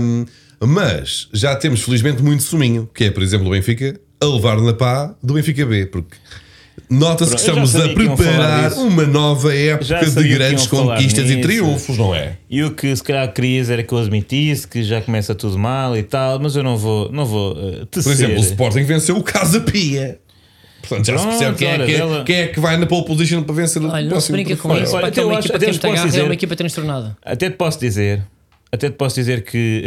[SPEAKER 2] Ahm, mas já temos, felizmente, muito suminho, que é, por exemplo, o Benfica a levar na pá do Benfica B, porque nota-se que
[SPEAKER 3] Pronto, eu já
[SPEAKER 2] estamos a
[SPEAKER 3] sabia que iam falar
[SPEAKER 2] preparar
[SPEAKER 3] disso.
[SPEAKER 2] uma nova
[SPEAKER 3] Já
[SPEAKER 2] época
[SPEAKER 3] sabia que
[SPEAKER 2] de
[SPEAKER 3] iam
[SPEAKER 2] grandes
[SPEAKER 3] falar
[SPEAKER 2] conquistas e
[SPEAKER 3] nisso.
[SPEAKER 2] triunfos, não é?
[SPEAKER 3] E o que se calhar querias era que eu admitisse que já começa tudo mal e tal, mas eu não vou, não vou uh, tecer.
[SPEAKER 2] Por exemplo, o Sporting venceu o Casa Pia. Portanto, já se
[SPEAKER 3] Pronto,
[SPEAKER 2] percebe quem é,
[SPEAKER 3] ora
[SPEAKER 2] quem, é,
[SPEAKER 3] dela.
[SPEAKER 2] quem é que vai na pole position para vencer o
[SPEAKER 1] Olha, não se
[SPEAKER 2] próximo
[SPEAKER 1] brinca com
[SPEAKER 2] troféu.
[SPEAKER 1] isso.
[SPEAKER 3] Olha, então
[SPEAKER 1] Pá, que é
[SPEAKER 3] eu
[SPEAKER 1] uma
[SPEAKER 3] acho-
[SPEAKER 1] equipa que
[SPEAKER 3] até
[SPEAKER 1] tem
[SPEAKER 3] vos
[SPEAKER 1] muita
[SPEAKER 3] posso
[SPEAKER 1] garra, é
[SPEAKER 3] dizer-
[SPEAKER 1] uma equipa transtornada.
[SPEAKER 3] Até te posso dizer, até te posso dizer que,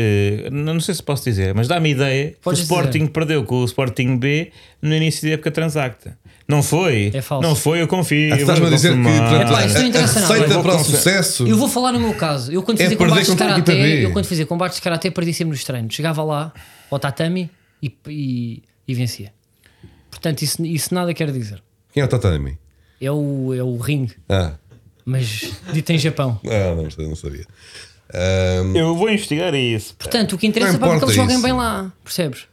[SPEAKER 3] eh, não não sei se posso dizer, mas dá-me ideia que o
[SPEAKER 1] Podes
[SPEAKER 3] Sporting
[SPEAKER 1] dizer.
[SPEAKER 3] perdeu com o Sporting B no início da época transacta. Não foi?
[SPEAKER 1] É falso.
[SPEAKER 3] Não foi, eu confio.
[SPEAKER 2] Ah,
[SPEAKER 3] eu
[SPEAKER 2] Estás-me a
[SPEAKER 3] vou
[SPEAKER 2] dizer que
[SPEAKER 3] confirmar.
[SPEAKER 2] portanto,
[SPEAKER 1] Epá, isso não
[SPEAKER 2] a- a
[SPEAKER 1] interessa nada.
[SPEAKER 2] receita
[SPEAKER 1] Vou
[SPEAKER 2] para o
[SPEAKER 3] confessar.
[SPEAKER 2] sucesso
[SPEAKER 1] Eu vou falar no meu caso. Eu quando
[SPEAKER 2] É
[SPEAKER 1] fazia
[SPEAKER 2] perder
[SPEAKER 1] combates de
[SPEAKER 2] contra a equipa B.
[SPEAKER 1] karaté, eu quando fazia combates de karaté perdia sempre nos treinos. Chegava lá ao tatami e, e, e vencia. Portanto, isso, isso nada quer dizer.
[SPEAKER 2] Quem é o Tatami?
[SPEAKER 1] É o, é o ringue,
[SPEAKER 2] Ah,
[SPEAKER 1] mas dito em Japão.
[SPEAKER 2] ah não, não sabia. Ahm,
[SPEAKER 1] é-
[SPEAKER 3] Eu vou investigar isso.
[SPEAKER 1] Portanto, o que interessa é
[SPEAKER 2] Não
[SPEAKER 1] pá, porque
[SPEAKER 2] importa
[SPEAKER 1] eles joguem
[SPEAKER 2] isso.
[SPEAKER 1] bem lá, percebes?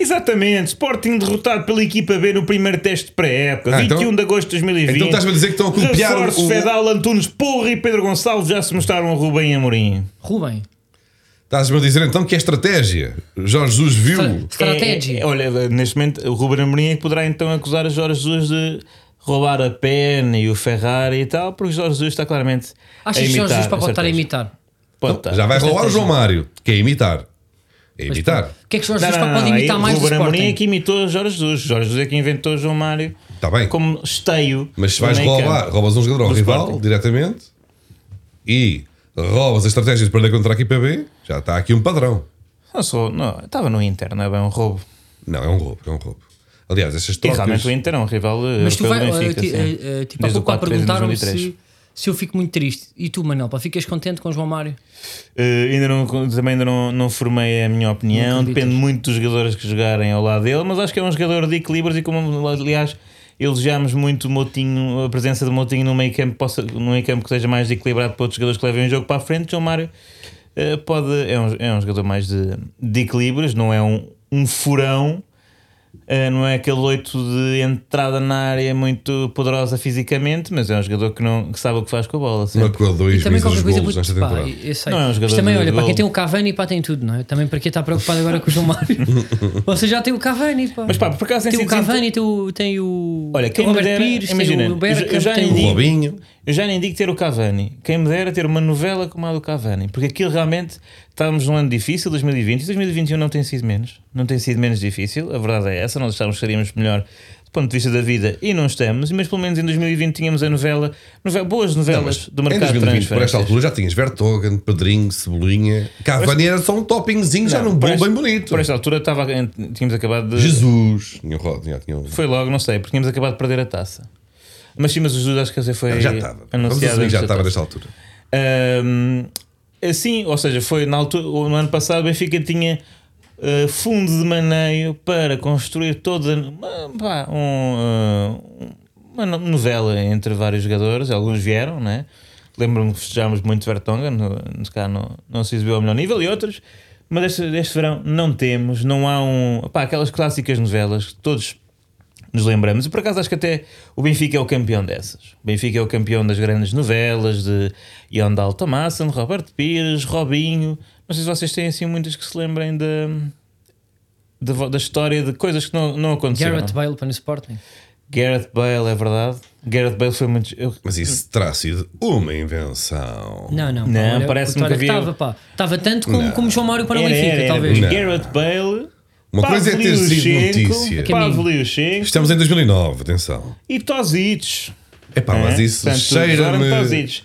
[SPEAKER 3] Exatamente, Sporting derrotado pela equipa B no primeiro teste pré-época,
[SPEAKER 2] Ah, então-
[SPEAKER 3] 21 de agosto de 2020.
[SPEAKER 2] Então estás-me a dizer que estão a copiar o-
[SPEAKER 3] Reforços,
[SPEAKER 2] o-
[SPEAKER 3] Fedal, Antunes, Porra e Pedro Gonçalves já se mostraram a Rubem Amorim.
[SPEAKER 1] Rubem,
[SPEAKER 2] Estás-me a dizer então que é estratégia. Jorge Jesus viu.
[SPEAKER 1] estratégia.
[SPEAKER 3] É, é, olha, neste momento o Ruben Amorim é que poderá então acusar a Jorge Jesus de roubar a PEN e o Ferrari e tal, porque o Jorge Jesus está claramente a
[SPEAKER 1] Achas que
[SPEAKER 3] imitar.
[SPEAKER 1] Jorge Jesus para voltar a
[SPEAKER 3] certeza.
[SPEAKER 1] imitar?
[SPEAKER 3] Pode estar.
[SPEAKER 2] Já vai roubar o
[SPEAKER 1] estratégia.
[SPEAKER 2] João Mário, que é imitar. É imitar.
[SPEAKER 1] O que é que Jorge
[SPEAKER 3] Não,
[SPEAKER 1] Jesus
[SPEAKER 3] não,
[SPEAKER 1] pá,
[SPEAKER 3] não,
[SPEAKER 1] pode
[SPEAKER 3] não,
[SPEAKER 1] imitar
[SPEAKER 3] aí
[SPEAKER 1] mais
[SPEAKER 3] O
[SPEAKER 1] do
[SPEAKER 3] Ruben Amorim é
[SPEAKER 1] Sporting?
[SPEAKER 3] que imitou Jorge Jesus. Jorge Jesus é que inventou João Mário
[SPEAKER 2] Está Tá bem.
[SPEAKER 3] como esteio.
[SPEAKER 2] Mas se
[SPEAKER 3] do
[SPEAKER 2] vais
[SPEAKER 3] meio
[SPEAKER 2] roubar,
[SPEAKER 3] campo.
[SPEAKER 2] roubas um jogador ao
[SPEAKER 3] Do
[SPEAKER 2] rival
[SPEAKER 3] Sporting.
[SPEAKER 2] diretamente e roubas as estratégias para perder contra a equipa B, já está aqui um padrão.
[SPEAKER 3] Não, sou, não, estava no Inter, não é bem um roubo.
[SPEAKER 2] Não, é um roubo, é um roubo. Aliás, essas
[SPEAKER 3] E realmente
[SPEAKER 2] trocas.
[SPEAKER 3] o Inter é um rival eh,
[SPEAKER 1] Mas tu
[SPEAKER 3] europeu
[SPEAKER 1] vai,
[SPEAKER 3] do Benfica,
[SPEAKER 1] eh, ti-
[SPEAKER 3] sim.
[SPEAKER 1] eh, eh, tipo, há
[SPEAKER 3] Desde o
[SPEAKER 1] pouco pá,
[SPEAKER 3] 4-3 em
[SPEAKER 1] perguntaram-me
[SPEAKER 3] 2003.
[SPEAKER 1] se, se eu fico muito triste. E tu, Manel, pá, ficas contente com o João Mário?
[SPEAKER 3] Eh, ainda não, também ainda não, não formei a minha
[SPEAKER 1] Não
[SPEAKER 3] opinião.
[SPEAKER 1] acreditas.
[SPEAKER 3] Depende muito dos jogadores que jogarem ao lado dele, mas acho que é um jogador de equilíbrios e como aliás elogiámos muito o Moutinho, a presença do Moutinho no meio campo, possa, no meio campo que seja mais equilibrado para outros jogadores que levem o jogo para a frente, João Mário eh, pode, é, um, é um jogador mais de, de equilíbrios, não é um, um furão. Eh, não é aquele oito de entrada na área muito poderosa fisicamente, mas é um jogador que, não, que sabe o que faz com a bola. sempre.
[SPEAKER 2] Marcou
[SPEAKER 1] E
[SPEAKER 2] dois
[SPEAKER 1] também
[SPEAKER 2] dos
[SPEAKER 1] qualquer coisa
[SPEAKER 2] golos nesta
[SPEAKER 1] muito. Pá,
[SPEAKER 2] temporada.
[SPEAKER 1] eu sei.
[SPEAKER 3] Não é um
[SPEAKER 1] Mas
[SPEAKER 3] jogador
[SPEAKER 1] também,
[SPEAKER 3] de
[SPEAKER 1] olha, para
[SPEAKER 3] golo.
[SPEAKER 1] quem tem o Cavani, pá, tem tudo, não é? Também para quem está preocupado agora com o João Mário. Você já tem o Cavani, pá.
[SPEAKER 3] Mas pá, por acaso tem
[SPEAKER 1] tem o
[SPEAKER 3] sido desinte-
[SPEAKER 1] Cavani, tem o, tem o.
[SPEAKER 3] Olha,
[SPEAKER 1] tem
[SPEAKER 3] quem
[SPEAKER 1] o
[SPEAKER 3] me
[SPEAKER 1] Roberto
[SPEAKER 3] dera,
[SPEAKER 1] Pires, tem
[SPEAKER 3] imagina,
[SPEAKER 1] o Bergkamp,
[SPEAKER 3] eu já
[SPEAKER 1] tem
[SPEAKER 3] nem
[SPEAKER 1] o-
[SPEAKER 2] O
[SPEAKER 3] digo-
[SPEAKER 2] Robinho.
[SPEAKER 3] Eu já nem digo ter o Cavani. Quem me dera ter uma novela como a do Cavani. Porque aquilo realmente estávamos num ano difícil, 2020, e 2021 não tem sido menos. Não tem sido menos difícil, a verdade é essa. Nós estávamos, estaríamos melhor do ponto de vista da vida e não estamos, mas pelo menos em 2020 tínhamos a novela, novela- boas novelas do
[SPEAKER 2] Em
[SPEAKER 3] mercado de
[SPEAKER 2] 2020, por esta
[SPEAKER 3] transferências.
[SPEAKER 2] altura, já tinhas Vertogen, Pedrinho, Cebolinha. Cavani era só um toppingzinho, já num
[SPEAKER 3] por
[SPEAKER 2] bolo
[SPEAKER 3] esta-
[SPEAKER 2] bem bonito.
[SPEAKER 3] Por esta altura estava, em- tínhamos acabado de.
[SPEAKER 2] Jesus. Tinha o Rod, já tinha um o-
[SPEAKER 3] Foi logo, não sei, porque tínhamos acabado de perder a taça. Mas sim, mas o Jesus acho que foi
[SPEAKER 2] Já estava. Vamos
[SPEAKER 3] anunciado.
[SPEAKER 2] assumir que já
[SPEAKER 3] antes da
[SPEAKER 2] estava
[SPEAKER 3] taça.
[SPEAKER 2] nesta altura.
[SPEAKER 3] Ahm, assim, ou seja, foi na altura, no ano passado, o Benfica tinha ah, fundo de maneio para construir toda uma, pá, um, ah, uma no- novela entre vários jogadores. Alguns vieram, né? Lembro-me que festejámos muito Vertonghen, no- se calhar não, não se exibiu ao melhor nível, e outros. Mas este, este verão não temos, não há um. Pá, aquelas clássicas novelas que todos nos lembramos. E por acaso acho que até o Benfica é o campeão dessas. O Benfica é o campeão das grandes novelas de Ion de Altamassen, Roberto Pires, Robinho. Não sei se vocês têm assim muitas que se lembrem da, da, vo- da história de coisas que não, não aconteceram.
[SPEAKER 1] Gareth Bale para no Sporting.
[SPEAKER 3] Gareth Bale, é verdade. Gareth Bale foi muito. eu-
[SPEAKER 2] Mas isso terá sido uma invenção.
[SPEAKER 1] Não, não. pá,
[SPEAKER 3] Não,
[SPEAKER 1] olha,
[SPEAKER 3] parece-me
[SPEAKER 1] olha
[SPEAKER 3] que havia-
[SPEAKER 1] Estava, pá. Estava tanto como, como João Mário para o
[SPEAKER 3] Era,
[SPEAKER 1] Benfica,
[SPEAKER 3] era, era.
[SPEAKER 1] talvez.
[SPEAKER 2] Não.
[SPEAKER 3] Gareth Bale.
[SPEAKER 2] Uma coisa é ter sido notícia. é
[SPEAKER 3] Pablo Yushchenko
[SPEAKER 2] Estamos em 2009, atenção.
[SPEAKER 3] e Tozic.
[SPEAKER 2] Epá, mas
[SPEAKER 3] É?
[SPEAKER 2] isso
[SPEAKER 3] Portanto, usaram
[SPEAKER 2] cheira-me
[SPEAKER 3] Tozic.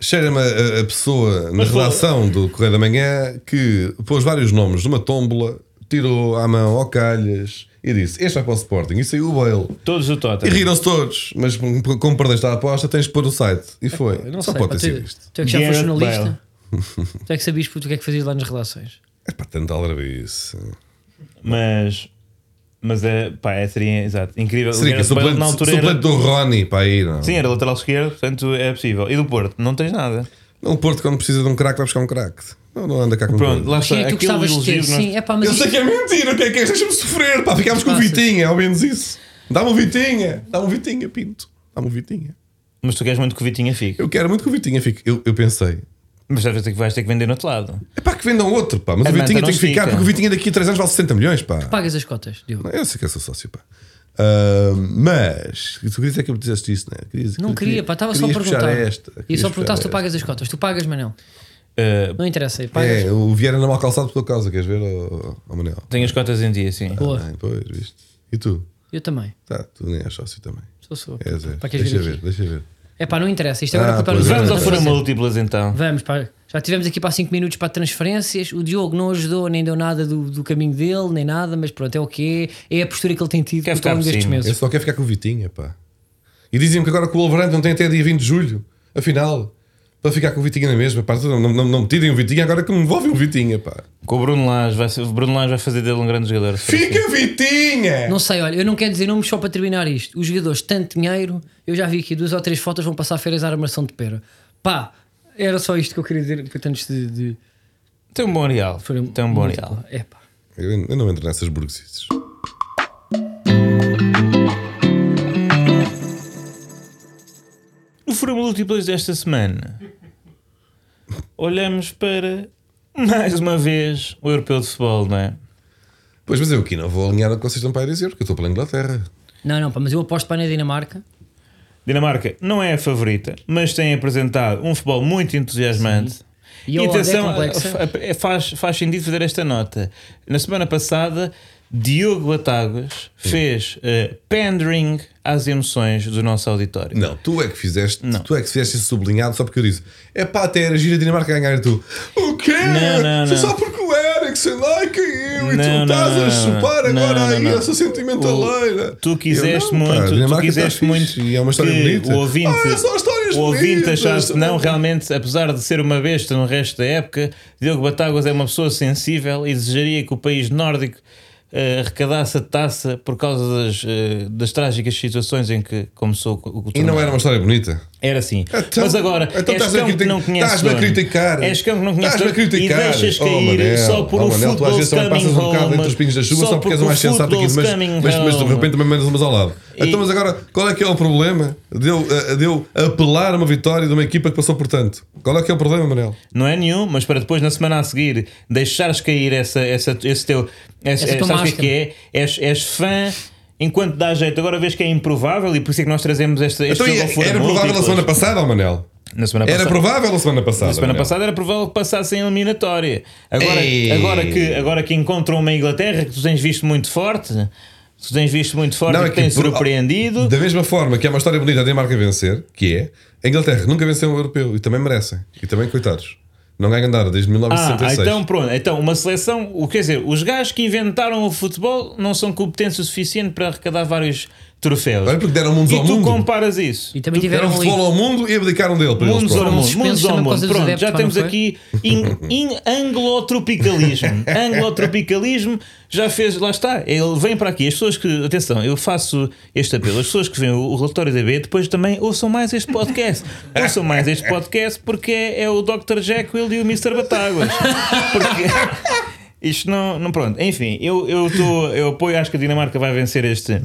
[SPEAKER 2] cheira-me a, a pessoa na
[SPEAKER 3] Mas foi-
[SPEAKER 2] redação do Correio da Manhã que pôs vários nomes numa tómbola, tirou à mão ao calhas e disse: Este vai para o Sporting, e saiu o Bale.
[SPEAKER 3] Todos o
[SPEAKER 2] E
[SPEAKER 3] Tottenham.
[SPEAKER 2] riram-se todos, mas hum, como perdeste a aposta, tens de pôr o site. E foi.
[SPEAKER 1] Eu não
[SPEAKER 2] Só
[SPEAKER 1] sei,
[SPEAKER 2] pode
[SPEAKER 1] pá,
[SPEAKER 2] ter sido
[SPEAKER 1] tu,
[SPEAKER 2] isto.
[SPEAKER 1] tu é que já foste
[SPEAKER 3] Gareth
[SPEAKER 1] jornalista. tu é que sabias puto, o que é que fazias lá nas relações.
[SPEAKER 2] Epá, tanto aldrabice.
[SPEAKER 3] Mas, mas é, pá, é, seria exato, incrível.
[SPEAKER 2] Seria
[SPEAKER 3] O
[SPEAKER 2] que
[SPEAKER 3] Gareth Bale, na
[SPEAKER 2] suplente,
[SPEAKER 3] altura
[SPEAKER 2] suplente
[SPEAKER 3] era,
[SPEAKER 2] do Rony para aí, não?
[SPEAKER 3] sim, era lateral esquerdo, portanto é possível. E do Porto, não tens nada.
[SPEAKER 2] Não, o Porto, quando precisa de um craque, vai buscar um craque. Não, não anda cá com
[SPEAKER 3] Pronto,
[SPEAKER 2] coisas.
[SPEAKER 3] lá
[SPEAKER 1] Quem
[SPEAKER 3] está.
[SPEAKER 1] é que tu
[SPEAKER 3] aquele
[SPEAKER 1] gostavas de ter?
[SPEAKER 3] elogio que nós-
[SPEAKER 1] Sim, é pá, mas
[SPEAKER 2] Eu sei
[SPEAKER 1] isso-
[SPEAKER 2] que é mentira, o que é que é? Deixa-me sofrer, pá, ficámos com o
[SPEAKER 1] Passas.
[SPEAKER 2] Vitinha, ao menos isso. Dá-me um Vitinha, dá-me um Vitinha, Pinto. Dá-me um Vitinha.
[SPEAKER 1] é-
[SPEAKER 3] Mas tu queres muito que o Vitinha fique.
[SPEAKER 2] Eu quero muito que o Vitinha fique. Eu, eu pensei,
[SPEAKER 3] Mas já vais ter que- vais ter que vender no outro lado.
[SPEAKER 2] é pá, que vendam outro, pá, mas
[SPEAKER 3] A
[SPEAKER 2] o Vitinha
[SPEAKER 3] manta
[SPEAKER 2] tem que
[SPEAKER 3] não
[SPEAKER 2] ficar,
[SPEAKER 3] fica.
[SPEAKER 2] porque o Vitinha daqui a 3 anos vale 60 milhões, pá.
[SPEAKER 1] Pagas as cotas, Diogo.
[SPEAKER 2] Eu sei que é sou sócio, pá. Ah, mas, tu querias é que eu me disseste isso, não é? Querias-
[SPEAKER 1] Não queria, pá, estava só a
[SPEAKER 2] querias puxar
[SPEAKER 1] perguntar.
[SPEAKER 2] esta,
[SPEAKER 1] e
[SPEAKER 2] querias
[SPEAKER 1] só perguntar se tu
[SPEAKER 2] puxar
[SPEAKER 1] pagas as cotas. Tu pagas, Manel.
[SPEAKER 3] Uh,
[SPEAKER 1] Não interessa aí,
[SPEAKER 2] esta.
[SPEAKER 1] pagas.
[SPEAKER 2] É, o Vieira não mal calçado por tua causa, queres ver, ó ó Manel? Tá
[SPEAKER 3] tenho as cotas em dia, sim.
[SPEAKER 1] Boa,
[SPEAKER 2] Bem, pois, viste. E tu?
[SPEAKER 1] eu também.
[SPEAKER 2] Tá, tu nem és sócio também.
[SPEAKER 1] Sou sou.
[SPEAKER 2] És, és.
[SPEAKER 1] Pá, queres
[SPEAKER 2] Deixa
[SPEAKER 1] vir
[SPEAKER 2] ver,
[SPEAKER 1] aqui?
[SPEAKER 2] deixa ver.
[SPEAKER 1] É pá, não interessa. Isto agora
[SPEAKER 2] É. Ah,
[SPEAKER 1] é para
[SPEAKER 2] pois
[SPEAKER 1] estarmos
[SPEAKER 2] é,
[SPEAKER 1] a
[SPEAKER 3] Vamos
[SPEAKER 2] não
[SPEAKER 3] ao fora
[SPEAKER 1] fazer.
[SPEAKER 3] múltiplas então.
[SPEAKER 1] Vamos, pá. Já tivemos aqui para 5 minutos para transferências. O Diogo não ajudou, nem deu nada do, do caminho dele, nem nada, mas pronto, é o que é. É a postura que ele tem tido
[SPEAKER 3] Quer
[SPEAKER 1] ao
[SPEAKER 3] ficar
[SPEAKER 1] longo
[SPEAKER 3] por
[SPEAKER 1] destes
[SPEAKER 3] cima.
[SPEAKER 1] meses.
[SPEAKER 2] Eu só quero ficar com o Vitinha, pá. E diziam que agora que o Wolverhampton tem até dia 20 de julho, afinal, para ficar com o Vitinha na mesma, pá. Não, não, não, não me tirem o Vitinha agora que me envolvem o Vitinha, pá.
[SPEAKER 3] Com o Bruno Lage, vai ser- o Bruno Lage vai fazer dele um grande jogador. se for assim.
[SPEAKER 2] Fica Vitinha!
[SPEAKER 1] Não sei, olha, eu não quero dizer nomes só para terminar isto. Os jogadores, tanto dinheiro, eu já vi aqui duas ou três fotos, vão passar férias à armação de pera. Pá, era só isto que eu queria dizer, portanto, antes de. de...
[SPEAKER 3] Tem um bom real.
[SPEAKER 1] foi-
[SPEAKER 3] Tem um bom real.
[SPEAKER 1] É pá.
[SPEAKER 2] Eu, eu não entro nessas burguesices.
[SPEAKER 3] No Fórum Múltiplas desta semana, olhamos para mais uma vez o europeu de futebol, não é?
[SPEAKER 2] Pois, mas eu aqui não vou alinhar o que vocês estão para aí dizer, porque eu estou pela Inglaterra.
[SPEAKER 1] Não, não, pá, mas eu aposto para a Dinamarca.
[SPEAKER 3] Dinamarca não é a favorita, mas tem apresentado um futebol muito entusiasmante.
[SPEAKER 1] E a odd é complexa.
[SPEAKER 3] a- a- eh, faz, faz sentido fazer esta nota. Na semana passada, Diogo Batagas fez eh, pandering às emoções do nosso auditório.
[SPEAKER 2] Não, tu é que fizeste, tu é que fizeste esse sublinhado só porque eu disse: é pá, até era gira a Dinamarca a ganhar e tu. O quê?
[SPEAKER 3] Não, não,
[SPEAKER 2] Foi
[SPEAKER 3] não.
[SPEAKER 2] Só porque o Eriksen lá caiu e tu
[SPEAKER 3] Não, não,
[SPEAKER 2] estás a
[SPEAKER 3] não,
[SPEAKER 2] chupar
[SPEAKER 3] não,
[SPEAKER 2] agora
[SPEAKER 3] não, não,
[SPEAKER 2] aí
[SPEAKER 3] não.
[SPEAKER 2] essa sentimentaleira.
[SPEAKER 3] O- tu quiseste
[SPEAKER 2] Eu, não, pá,
[SPEAKER 3] muito,
[SPEAKER 2] a
[SPEAKER 3] tu
[SPEAKER 2] Dinamarca
[SPEAKER 3] quiseste
[SPEAKER 2] está fixe
[SPEAKER 3] muito
[SPEAKER 2] E é uma história
[SPEAKER 3] que
[SPEAKER 2] bonita.
[SPEAKER 3] o ouvinte-
[SPEAKER 2] Ah, é só histórias Mas
[SPEAKER 3] o ouvinte
[SPEAKER 2] mesmo,
[SPEAKER 3] achasse que não,
[SPEAKER 2] mas-
[SPEAKER 3] realmente, apesar de ser uma besta no resto da época, Diogo Batáguas é uma pessoa sensível e desejaria que o país nórdico eh, arrecadasse a taça por causa das, eh, das trágicas situações em que começou o, o
[SPEAKER 2] E não
[SPEAKER 3] torneio.
[SPEAKER 2] era uma história bonita.
[SPEAKER 3] Era assim.
[SPEAKER 2] Então-
[SPEAKER 3] Mas agora,
[SPEAKER 2] então
[SPEAKER 3] és
[SPEAKER 2] estás-me a
[SPEAKER 3] cão que
[SPEAKER 2] criticar-
[SPEAKER 3] não conheces
[SPEAKER 2] estás-me a
[SPEAKER 3] dono.
[SPEAKER 2] criticar.
[SPEAKER 3] És cão que não conheces
[SPEAKER 2] Estás-me a
[SPEAKER 3] dono
[SPEAKER 2] criticar.
[SPEAKER 3] E deixas
[SPEAKER 2] Oh,
[SPEAKER 3] cair
[SPEAKER 2] Manel,
[SPEAKER 3] só por
[SPEAKER 2] oh,
[SPEAKER 3] o
[SPEAKER 2] Manel, tu às vezes também
[SPEAKER 3] football's
[SPEAKER 2] passas um
[SPEAKER 3] coming
[SPEAKER 2] bocado
[SPEAKER 3] home.
[SPEAKER 2] entre os pinhos da chuva só, porque és o
[SPEAKER 3] porque
[SPEAKER 2] mais
[SPEAKER 3] o
[SPEAKER 2] sensato aqui, mas,
[SPEAKER 3] football's coming
[SPEAKER 2] mas, mas de
[SPEAKER 3] home.
[SPEAKER 2] repente também mandas umas ao lado.
[SPEAKER 3] E-
[SPEAKER 2] Então, mas agora, qual é que é o problema de eu, eh, de eu apelar a uma vitória de uma equipa que passou por tanto? Qual é que é o problema, Manel?
[SPEAKER 3] Não é nenhum, mas para depois na semana a seguir deixares cair essa, essa, esse teu. Esse,
[SPEAKER 1] Essa
[SPEAKER 3] é,
[SPEAKER 1] tua
[SPEAKER 3] sabes o que
[SPEAKER 1] máscara.
[SPEAKER 3] é que é? És, és fã enquanto dá jeito. Agora vês que é improvável e por isso é que nós trazemos esta. Este
[SPEAKER 2] Então,
[SPEAKER 3] jogo ao
[SPEAKER 2] e-
[SPEAKER 3] foro
[SPEAKER 2] era provável a
[SPEAKER 3] múltiplas.
[SPEAKER 2] semana passada, ó Manel?
[SPEAKER 3] Na semana
[SPEAKER 2] Era
[SPEAKER 3] passada.
[SPEAKER 2] provável a semana passada.
[SPEAKER 3] Na semana
[SPEAKER 2] Manel.
[SPEAKER 3] passada era provável que passassem a eliminatória. Agora,
[SPEAKER 2] Ei.
[SPEAKER 3] agora, que, agora que encontram uma Inglaterra que tu tens visto muito forte, que tu tens visto muito forte
[SPEAKER 2] Não,
[SPEAKER 3] e
[SPEAKER 2] é
[SPEAKER 3] que
[SPEAKER 2] que
[SPEAKER 3] tens
[SPEAKER 2] por-
[SPEAKER 3] surpreendido.
[SPEAKER 2] Da mesma forma que é uma história bonita da Dinamarca vencer, que é, a Inglaterra nunca venceu um europeu e também merecem. E também, coitados, não ganham nada desde
[SPEAKER 3] Ah,
[SPEAKER 2] 1966.
[SPEAKER 3] então pronto, então uma seleção, o quer dizer, os gajos que inventaram o futebol não são competentes o suficiente para arrecadar vários troféus.
[SPEAKER 2] Olha, porque deram mundos
[SPEAKER 3] e
[SPEAKER 2] ao
[SPEAKER 3] tu
[SPEAKER 2] mundo.
[SPEAKER 3] comparas isso.
[SPEAKER 1] E também
[SPEAKER 2] Deram
[SPEAKER 1] tiveram ali.
[SPEAKER 2] futebol ao mundo e abdicaram dele. Para eles,
[SPEAKER 3] Mundos ao
[SPEAKER 2] pronto.
[SPEAKER 3] mundo,
[SPEAKER 1] suspensos
[SPEAKER 3] mundos ao
[SPEAKER 1] também por
[SPEAKER 3] mundo.
[SPEAKER 1] causa é dos
[SPEAKER 3] Pronto,
[SPEAKER 1] adeptos,
[SPEAKER 3] já
[SPEAKER 1] pá,
[SPEAKER 3] temos
[SPEAKER 1] não foi?
[SPEAKER 3] aqui in, in anglo-tropicalismo. anglo-tropicalismo já fez, lá está, ele vem para aqui. As pessoas que, atenção, eu faço este apelo, as pessoas que veem o, o relatório da B depois também ouçam mais este podcast. ouçam mais este podcast porque é, é o Dr. Jekyll e o Mr. Batáguas. Porque isto não, não pronto, enfim, eu, eu, tô, eu apoio, acho que a Dinamarca vai vencer este.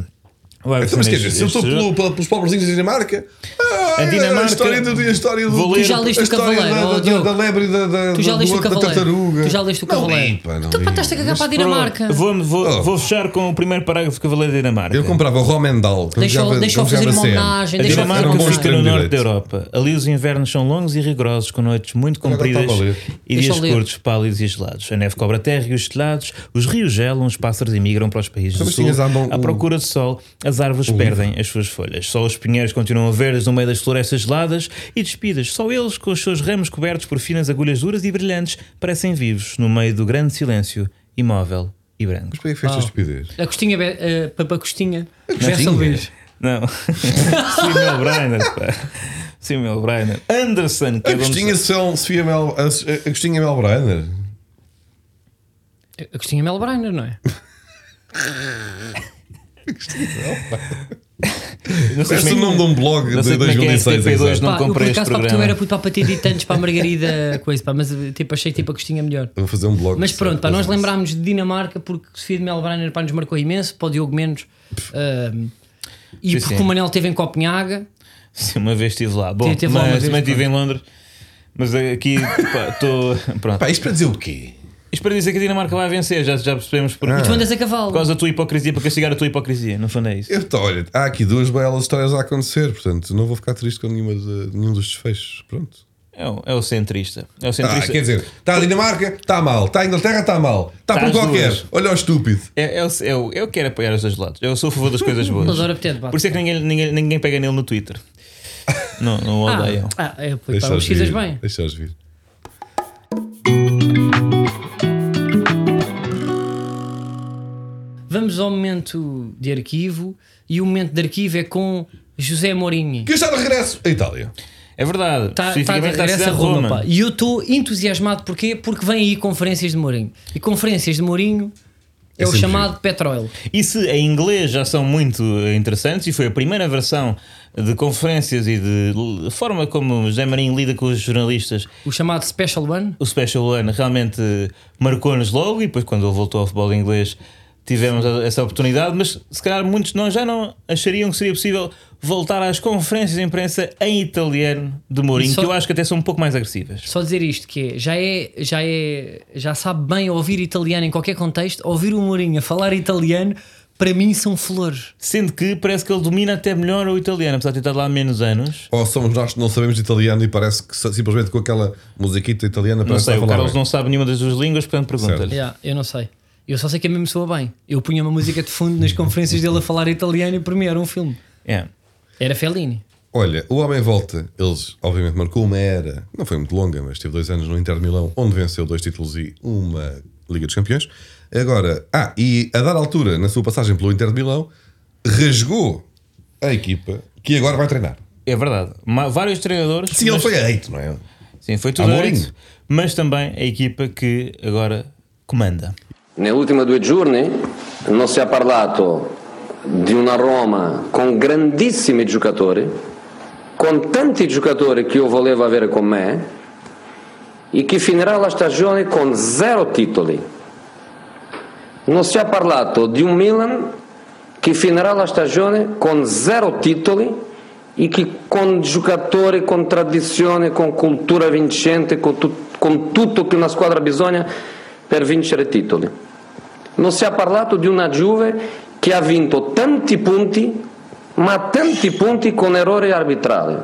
[SPEAKER 3] Vai
[SPEAKER 2] Então, mas
[SPEAKER 3] vencer
[SPEAKER 2] quer dizer,
[SPEAKER 3] este-
[SPEAKER 2] se eu estou
[SPEAKER 3] este jogo.
[SPEAKER 2] pelo, pela- pelos pobrezinhos da Dinamarca, ah,
[SPEAKER 3] A
[SPEAKER 2] a,
[SPEAKER 3] Dinamarca-
[SPEAKER 2] história do. A história do
[SPEAKER 3] Vou
[SPEAKER 1] Tu já leste
[SPEAKER 2] a
[SPEAKER 1] o
[SPEAKER 2] história
[SPEAKER 1] Cavaleiro,
[SPEAKER 2] da,
[SPEAKER 1] ó,
[SPEAKER 2] da-
[SPEAKER 1] Diogo.
[SPEAKER 2] da lebre e da, da,
[SPEAKER 1] Tu já
[SPEAKER 2] do
[SPEAKER 1] leste o
[SPEAKER 2] outro, da
[SPEAKER 1] Cavaleiro.
[SPEAKER 2] tartaruga.
[SPEAKER 1] Tu já leste o
[SPEAKER 2] Não
[SPEAKER 1] Cavaleiro.
[SPEAKER 2] li, pá, não
[SPEAKER 1] Tu
[SPEAKER 2] li.
[SPEAKER 1] pá, estás a cagar para a Dinamarca.
[SPEAKER 3] Pronto, Vou, vou,
[SPEAKER 2] Oh.
[SPEAKER 3] vou fechar com o primeiro parágrafo do Cavaleiro da Dinamarca.
[SPEAKER 2] Eu comprava o Romendal. quando
[SPEAKER 1] Deixa eu-
[SPEAKER 2] jogava-
[SPEAKER 1] deixa eu
[SPEAKER 2] quando jogava
[SPEAKER 1] fazer uma
[SPEAKER 2] na CM.
[SPEAKER 1] homenagem,
[SPEAKER 3] A
[SPEAKER 1] deixa eu
[SPEAKER 2] Era um
[SPEAKER 3] Dinamarca
[SPEAKER 2] bom
[SPEAKER 3] fica no
[SPEAKER 2] extremo
[SPEAKER 3] norte
[SPEAKER 2] direito.
[SPEAKER 3] da Europa. Ali os invernos são longos e rigorosos, com noites muito
[SPEAKER 2] Agora
[SPEAKER 3] compridas
[SPEAKER 2] está a valer.
[SPEAKER 3] e
[SPEAKER 1] Deixa
[SPEAKER 3] dias
[SPEAKER 1] eu ler.
[SPEAKER 3] curtos, pálidos e gelados. A neve cobra a terra e os gelados, os rios gelam, os pássaros emigram para os países do
[SPEAKER 2] Mas
[SPEAKER 3] sul.
[SPEAKER 2] tinhas à mão
[SPEAKER 3] À
[SPEAKER 2] o-
[SPEAKER 3] procura de sol, as árvores perdem as suas folhas. Só os pinheiros continuam verdes no meio das florestas geladas e despidas. Só eles, com os seus ramos cobertos por finas agulhas duras e brilhantes, parecem vivos no meio do grande silêncio, imóvel e branco.
[SPEAKER 2] Mas para que fez esta estupidez?
[SPEAKER 1] Oh. A Costinha, Be- eh, Papa Costinha, Bessa Luís.
[SPEAKER 3] Não. Simon Brainer, pá. Simon Brainer. Anderson, que é de onde-
[SPEAKER 2] Agostinha Sel- Sofia Mel. a- Agostinha Melbrainer.
[SPEAKER 1] A Costinha Mel Brainer, não é?
[SPEAKER 3] não sei
[SPEAKER 2] Este é o
[SPEAKER 3] como
[SPEAKER 2] nome de um blog
[SPEAKER 3] Não
[SPEAKER 2] de
[SPEAKER 3] sei como é que é
[SPEAKER 2] 2006.
[SPEAKER 3] FTP2
[SPEAKER 2] exato.
[SPEAKER 3] Não
[SPEAKER 1] Pá, eu por
[SPEAKER 3] comprei
[SPEAKER 1] acaso
[SPEAKER 3] este
[SPEAKER 1] pá, porque eu
[SPEAKER 3] programa.
[SPEAKER 1] era puto para bater de tantos para a Margarida, coisa, pá, mas eh, tipo, achei tipo a Costinha melhor.
[SPEAKER 2] Vou fazer um blog.
[SPEAKER 1] Mas
[SPEAKER 2] sobre-
[SPEAKER 1] pronto, para nós
[SPEAKER 2] sobre isso.
[SPEAKER 1] lembrámos de Dinamarca porque Sofia de Melbrenner pá, nos marcou imenso, para o Diogo menos. ahm, e
[SPEAKER 3] Sim,
[SPEAKER 1] porque
[SPEAKER 3] sim.
[SPEAKER 1] o Manel esteve em Copenhaga,
[SPEAKER 3] Sim, Uma vez estive lá. Bom,
[SPEAKER 1] Sim, teve lá uma
[SPEAKER 3] mas
[SPEAKER 1] vez,
[SPEAKER 3] também estive
[SPEAKER 1] pá.
[SPEAKER 3] em Londres. Mas aqui, pá, estou. Pronto.
[SPEAKER 2] Pá, isto para dizer o quê?
[SPEAKER 3] Isto para dizer que a Dinamarca vai vencer, já, já percebemos porque.
[SPEAKER 2] Ah.
[SPEAKER 1] tu andas a cavalo.
[SPEAKER 3] Por causa da tua hipocrisia, para castigar a tua hipocrisia, não foi não é isso?
[SPEAKER 2] Eu, tô- olha, há aqui duas belas histórias a acontecer, portanto, não vou ficar triste com nenhuma de- nenhum dos desfechos. Pronto.
[SPEAKER 3] É o, é o centrista. É o
[SPEAKER 2] Ah,
[SPEAKER 3] centrista.
[SPEAKER 2] quer dizer, está a Dinamarca, está mal. Está a Inglaterra, está mal. Está
[SPEAKER 3] Tá
[SPEAKER 2] por
[SPEAKER 3] as
[SPEAKER 2] qualquer.
[SPEAKER 3] duas.
[SPEAKER 2] Olha o estúpido.
[SPEAKER 3] É- é o- é o- eu quero apoiar os dois lados. Eu sou a favor das coisas boas.
[SPEAKER 1] Mas ora, portanto, pá.
[SPEAKER 3] Por isso é que ninguém, ninguém, ninguém pega nele no Twitter. Não, não o
[SPEAKER 1] Ah,
[SPEAKER 3] odeiam.
[SPEAKER 1] ah, é, pá,
[SPEAKER 2] Deixa os
[SPEAKER 1] pesquisas
[SPEAKER 2] vir.
[SPEAKER 1] bem.
[SPEAKER 2] Deixa os vir.
[SPEAKER 1] Vamos ao momento de arquivo e o momento de arquivo é com José Mourinho.
[SPEAKER 2] Que está de regresso à Itália.
[SPEAKER 3] É verdade.
[SPEAKER 1] Está tá de
[SPEAKER 3] Especificamente à
[SPEAKER 1] regresso a
[SPEAKER 3] cidade de
[SPEAKER 1] Roma, pá. E eu estou entusiasmado porquê? Porque vem aí conferências de Mourinho. E conferências de Mourinho é,
[SPEAKER 2] É
[SPEAKER 1] o
[SPEAKER 2] sempre
[SPEAKER 1] chamado Petrol.
[SPEAKER 3] E se em inglês já são muito eh, interessantes, e foi a primeira versão de conferências e de l- forma como José Marinho lida com os jornalistas,
[SPEAKER 1] O chamado Special One.
[SPEAKER 3] o Special One realmente eh, marcou-nos logo. E depois, quando ele voltou ao futebol inglês, tivemos a- essa oportunidade. Mas se calhar muitos de nós já não achariam que seria possível voltar às conferências de imprensa em italiano de Mourinho,
[SPEAKER 1] Só-
[SPEAKER 3] que eu acho que até são um pouco mais agressivas.
[SPEAKER 1] Só dizer isto que é, já é, já é, já sabe bem ouvir italiano em qualquer contexto, ouvir o Mourinho a falar italiano, para mim são flores.
[SPEAKER 3] Sendo que parece que ele domina até melhor o italiano, apesar de ter estado lá há menos anos.
[SPEAKER 2] Ou somos nós que não sabemos de italiano e parece que só- simplesmente com aquela musiquita italiana
[SPEAKER 3] Não
[SPEAKER 2] parece
[SPEAKER 3] sei,
[SPEAKER 2] que tá
[SPEAKER 3] o
[SPEAKER 2] está a falar
[SPEAKER 3] Carlos
[SPEAKER 2] bem.
[SPEAKER 3] não sabe nenhuma das duas línguas, portanto pergunta-lhe.
[SPEAKER 1] Yeah, eu não sei. Eu só sei que a mim me soa bem. Eu punha uma música de fundo nas conferências dele a falar italiano e para mim era um filme.
[SPEAKER 3] Yeah.
[SPEAKER 1] Era Fellini.
[SPEAKER 2] Olha, o Homem Volta, eles obviamente marcou uma era, não foi muito longa, mas teve dois anos no Inter de Milão, onde venceu dois títulos e uma Liga dos Campeões. Agora, ah, e a dar altura, na sua passagem pelo Inter de Milão, rasgou a equipa que agora vai treinar.
[SPEAKER 3] É verdade. Ma- vários treinadores.
[SPEAKER 2] Sim, ele
[SPEAKER 3] mas-
[SPEAKER 2] foi a hate, não é?
[SPEAKER 3] Sim, foi tudo
[SPEAKER 2] A Mourinho.
[SPEAKER 3] direito, Mas também a equipa que agora comanda.
[SPEAKER 4] Negli ultimi due giorni non si è parlato di una Roma con grandissimi giocatori, con tanti giocatori che io volevo avere con me e che finirà la stagione con zero titoli. Non si è parlato di un Milan che finirà la stagione con zero titoli e che con giocatori, con tradizione, con cultura vincente, con, tut- con tutto che una squadra bisogna per vincere titoli. Non si è parlato di una Juve che ha vinto tanti punti, ma tanti punti con errori arbitrali.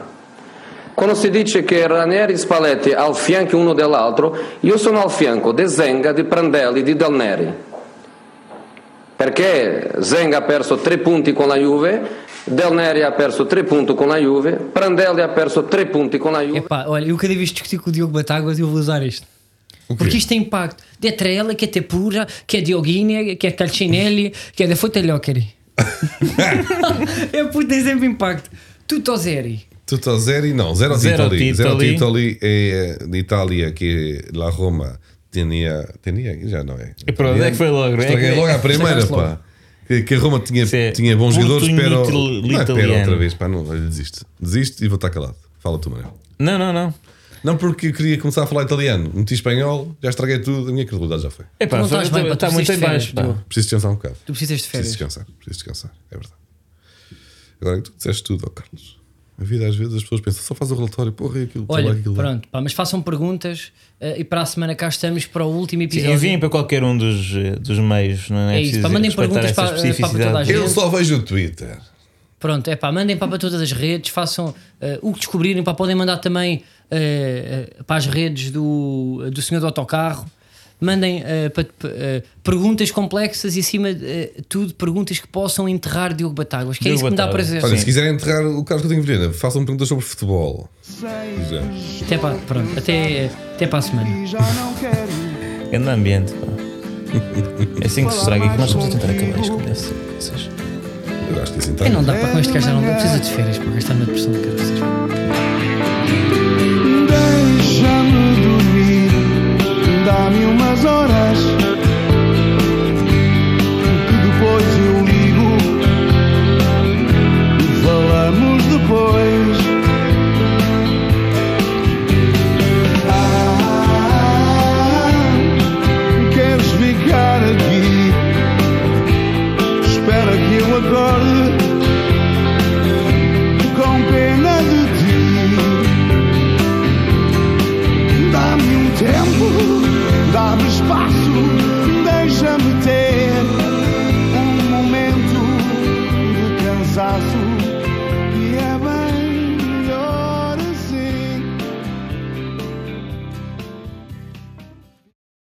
[SPEAKER 4] Quando si dice che Ranieri e Spalletti al fianco uno dell'altro, io sono al fianco di Zenga, di Prandelli, di Del Neri. Perché Zenga ha perso tre punti con la Juve, Del Neri ha perso tre punti con la Juve, Prandelli ha perso tre punti con la Juve.
[SPEAKER 1] Epá, olha, eu cada vez que discutir com o Diogo Batáguas eu vou usar isto.
[SPEAKER 2] O quê?
[SPEAKER 1] Porque isto tem impacto. De Trela, que é Tepura, que é Dioguinha, que é Calcinelli, que é da Fotelhocari. é puto, tem sempre impacto. Tutozeri.
[SPEAKER 2] Tutto zero e não, zero,
[SPEAKER 3] Zero
[SPEAKER 2] titoli. Zero
[SPEAKER 3] titoli.
[SPEAKER 2] titoli é de Itália que la Roma tinha, tinha já não é.
[SPEAKER 3] E pronto, é que foi logo, é
[SPEAKER 2] Estraguei
[SPEAKER 3] que-
[SPEAKER 2] logo à primeira,
[SPEAKER 1] estragaste logo.
[SPEAKER 2] pá. Que, que a Roma tinha,
[SPEAKER 3] Isso é
[SPEAKER 2] tinha bons
[SPEAKER 3] Porto
[SPEAKER 2] jogadores, pera. o-
[SPEAKER 3] Little-
[SPEAKER 2] Não é pera
[SPEAKER 3] Little
[SPEAKER 2] outra
[SPEAKER 3] Ian.
[SPEAKER 2] vez, pá, não, olha, desisto. Desisto e vou estar calado. Fala tu, Manuel.
[SPEAKER 3] Não, não, não.
[SPEAKER 2] Não porque eu queria começar a falar italiano, meti espanhol, já estraguei tudo, a minha credibilidade já foi.
[SPEAKER 1] Tu
[SPEAKER 3] Epá,
[SPEAKER 1] não estás
[SPEAKER 3] foi-
[SPEAKER 1] bem, pá, tu
[SPEAKER 3] está tá muito em
[SPEAKER 1] precisas de
[SPEAKER 3] baixo.
[SPEAKER 1] férias,
[SPEAKER 3] pá.
[SPEAKER 2] Preciso descansar um bocado.
[SPEAKER 1] Tu precisas de
[SPEAKER 2] Preciso
[SPEAKER 1] férias.
[SPEAKER 2] descansar, preciso descansar, é verdade. Agora é que tu disseste tudo, ó Carlos. A vida às vezes as pessoas pensam, só faz o relatório, porra, e aquilo,
[SPEAKER 1] Olha,
[SPEAKER 2] trabalho, aquilo. lá.
[SPEAKER 1] pronto, pá, mas façam perguntas eh, e para a semana cá estamos para o último
[SPEAKER 3] Sim,
[SPEAKER 1] episódio.
[SPEAKER 3] Enviem para qualquer um dos, eh, dos meios, não é?
[SPEAKER 1] É isso,
[SPEAKER 3] preciso
[SPEAKER 1] pá, mandem
[SPEAKER 3] respeitar
[SPEAKER 1] perguntas
[SPEAKER 3] essa
[SPEAKER 1] para- para toda a
[SPEAKER 3] especificidade.
[SPEAKER 1] gente.
[SPEAKER 2] Eu só vejo o Twitter.
[SPEAKER 1] Pronto, é pá, mandem pá, para todas as redes, façam eh, o que descobrirem, pá, podem mandar também eh, eh, para as redes do, do senhor do autocarro, mandem eh, pa- pa- eh, perguntas complexas e acima de eh, tudo perguntas que possam enterrar Diogo Batáguas, que é
[SPEAKER 3] Diogo
[SPEAKER 1] isso que me dá
[SPEAKER 3] Batáguas.
[SPEAKER 1] prazer.
[SPEAKER 2] Olha,
[SPEAKER 3] Sim.
[SPEAKER 2] se quiserem enterrar o Carlos Coutinho Vilhena, façam perguntas sobre futebol. Já.
[SPEAKER 1] Até, pá, pronto, até, até para a semana.
[SPEAKER 5] E já não quero
[SPEAKER 3] Grande ambiente, pá. É assim que se estraga e que nós vamos tentar acabar isto como deve ser. vocês.
[SPEAKER 2] Eu acho que isso então.
[SPEAKER 1] É, não dá para com este gajo, já não dá, precisa de férias, é para gastar na depressão de cabeças.
[SPEAKER 5] Deixa-me dormir Dá-me umas horas Ah,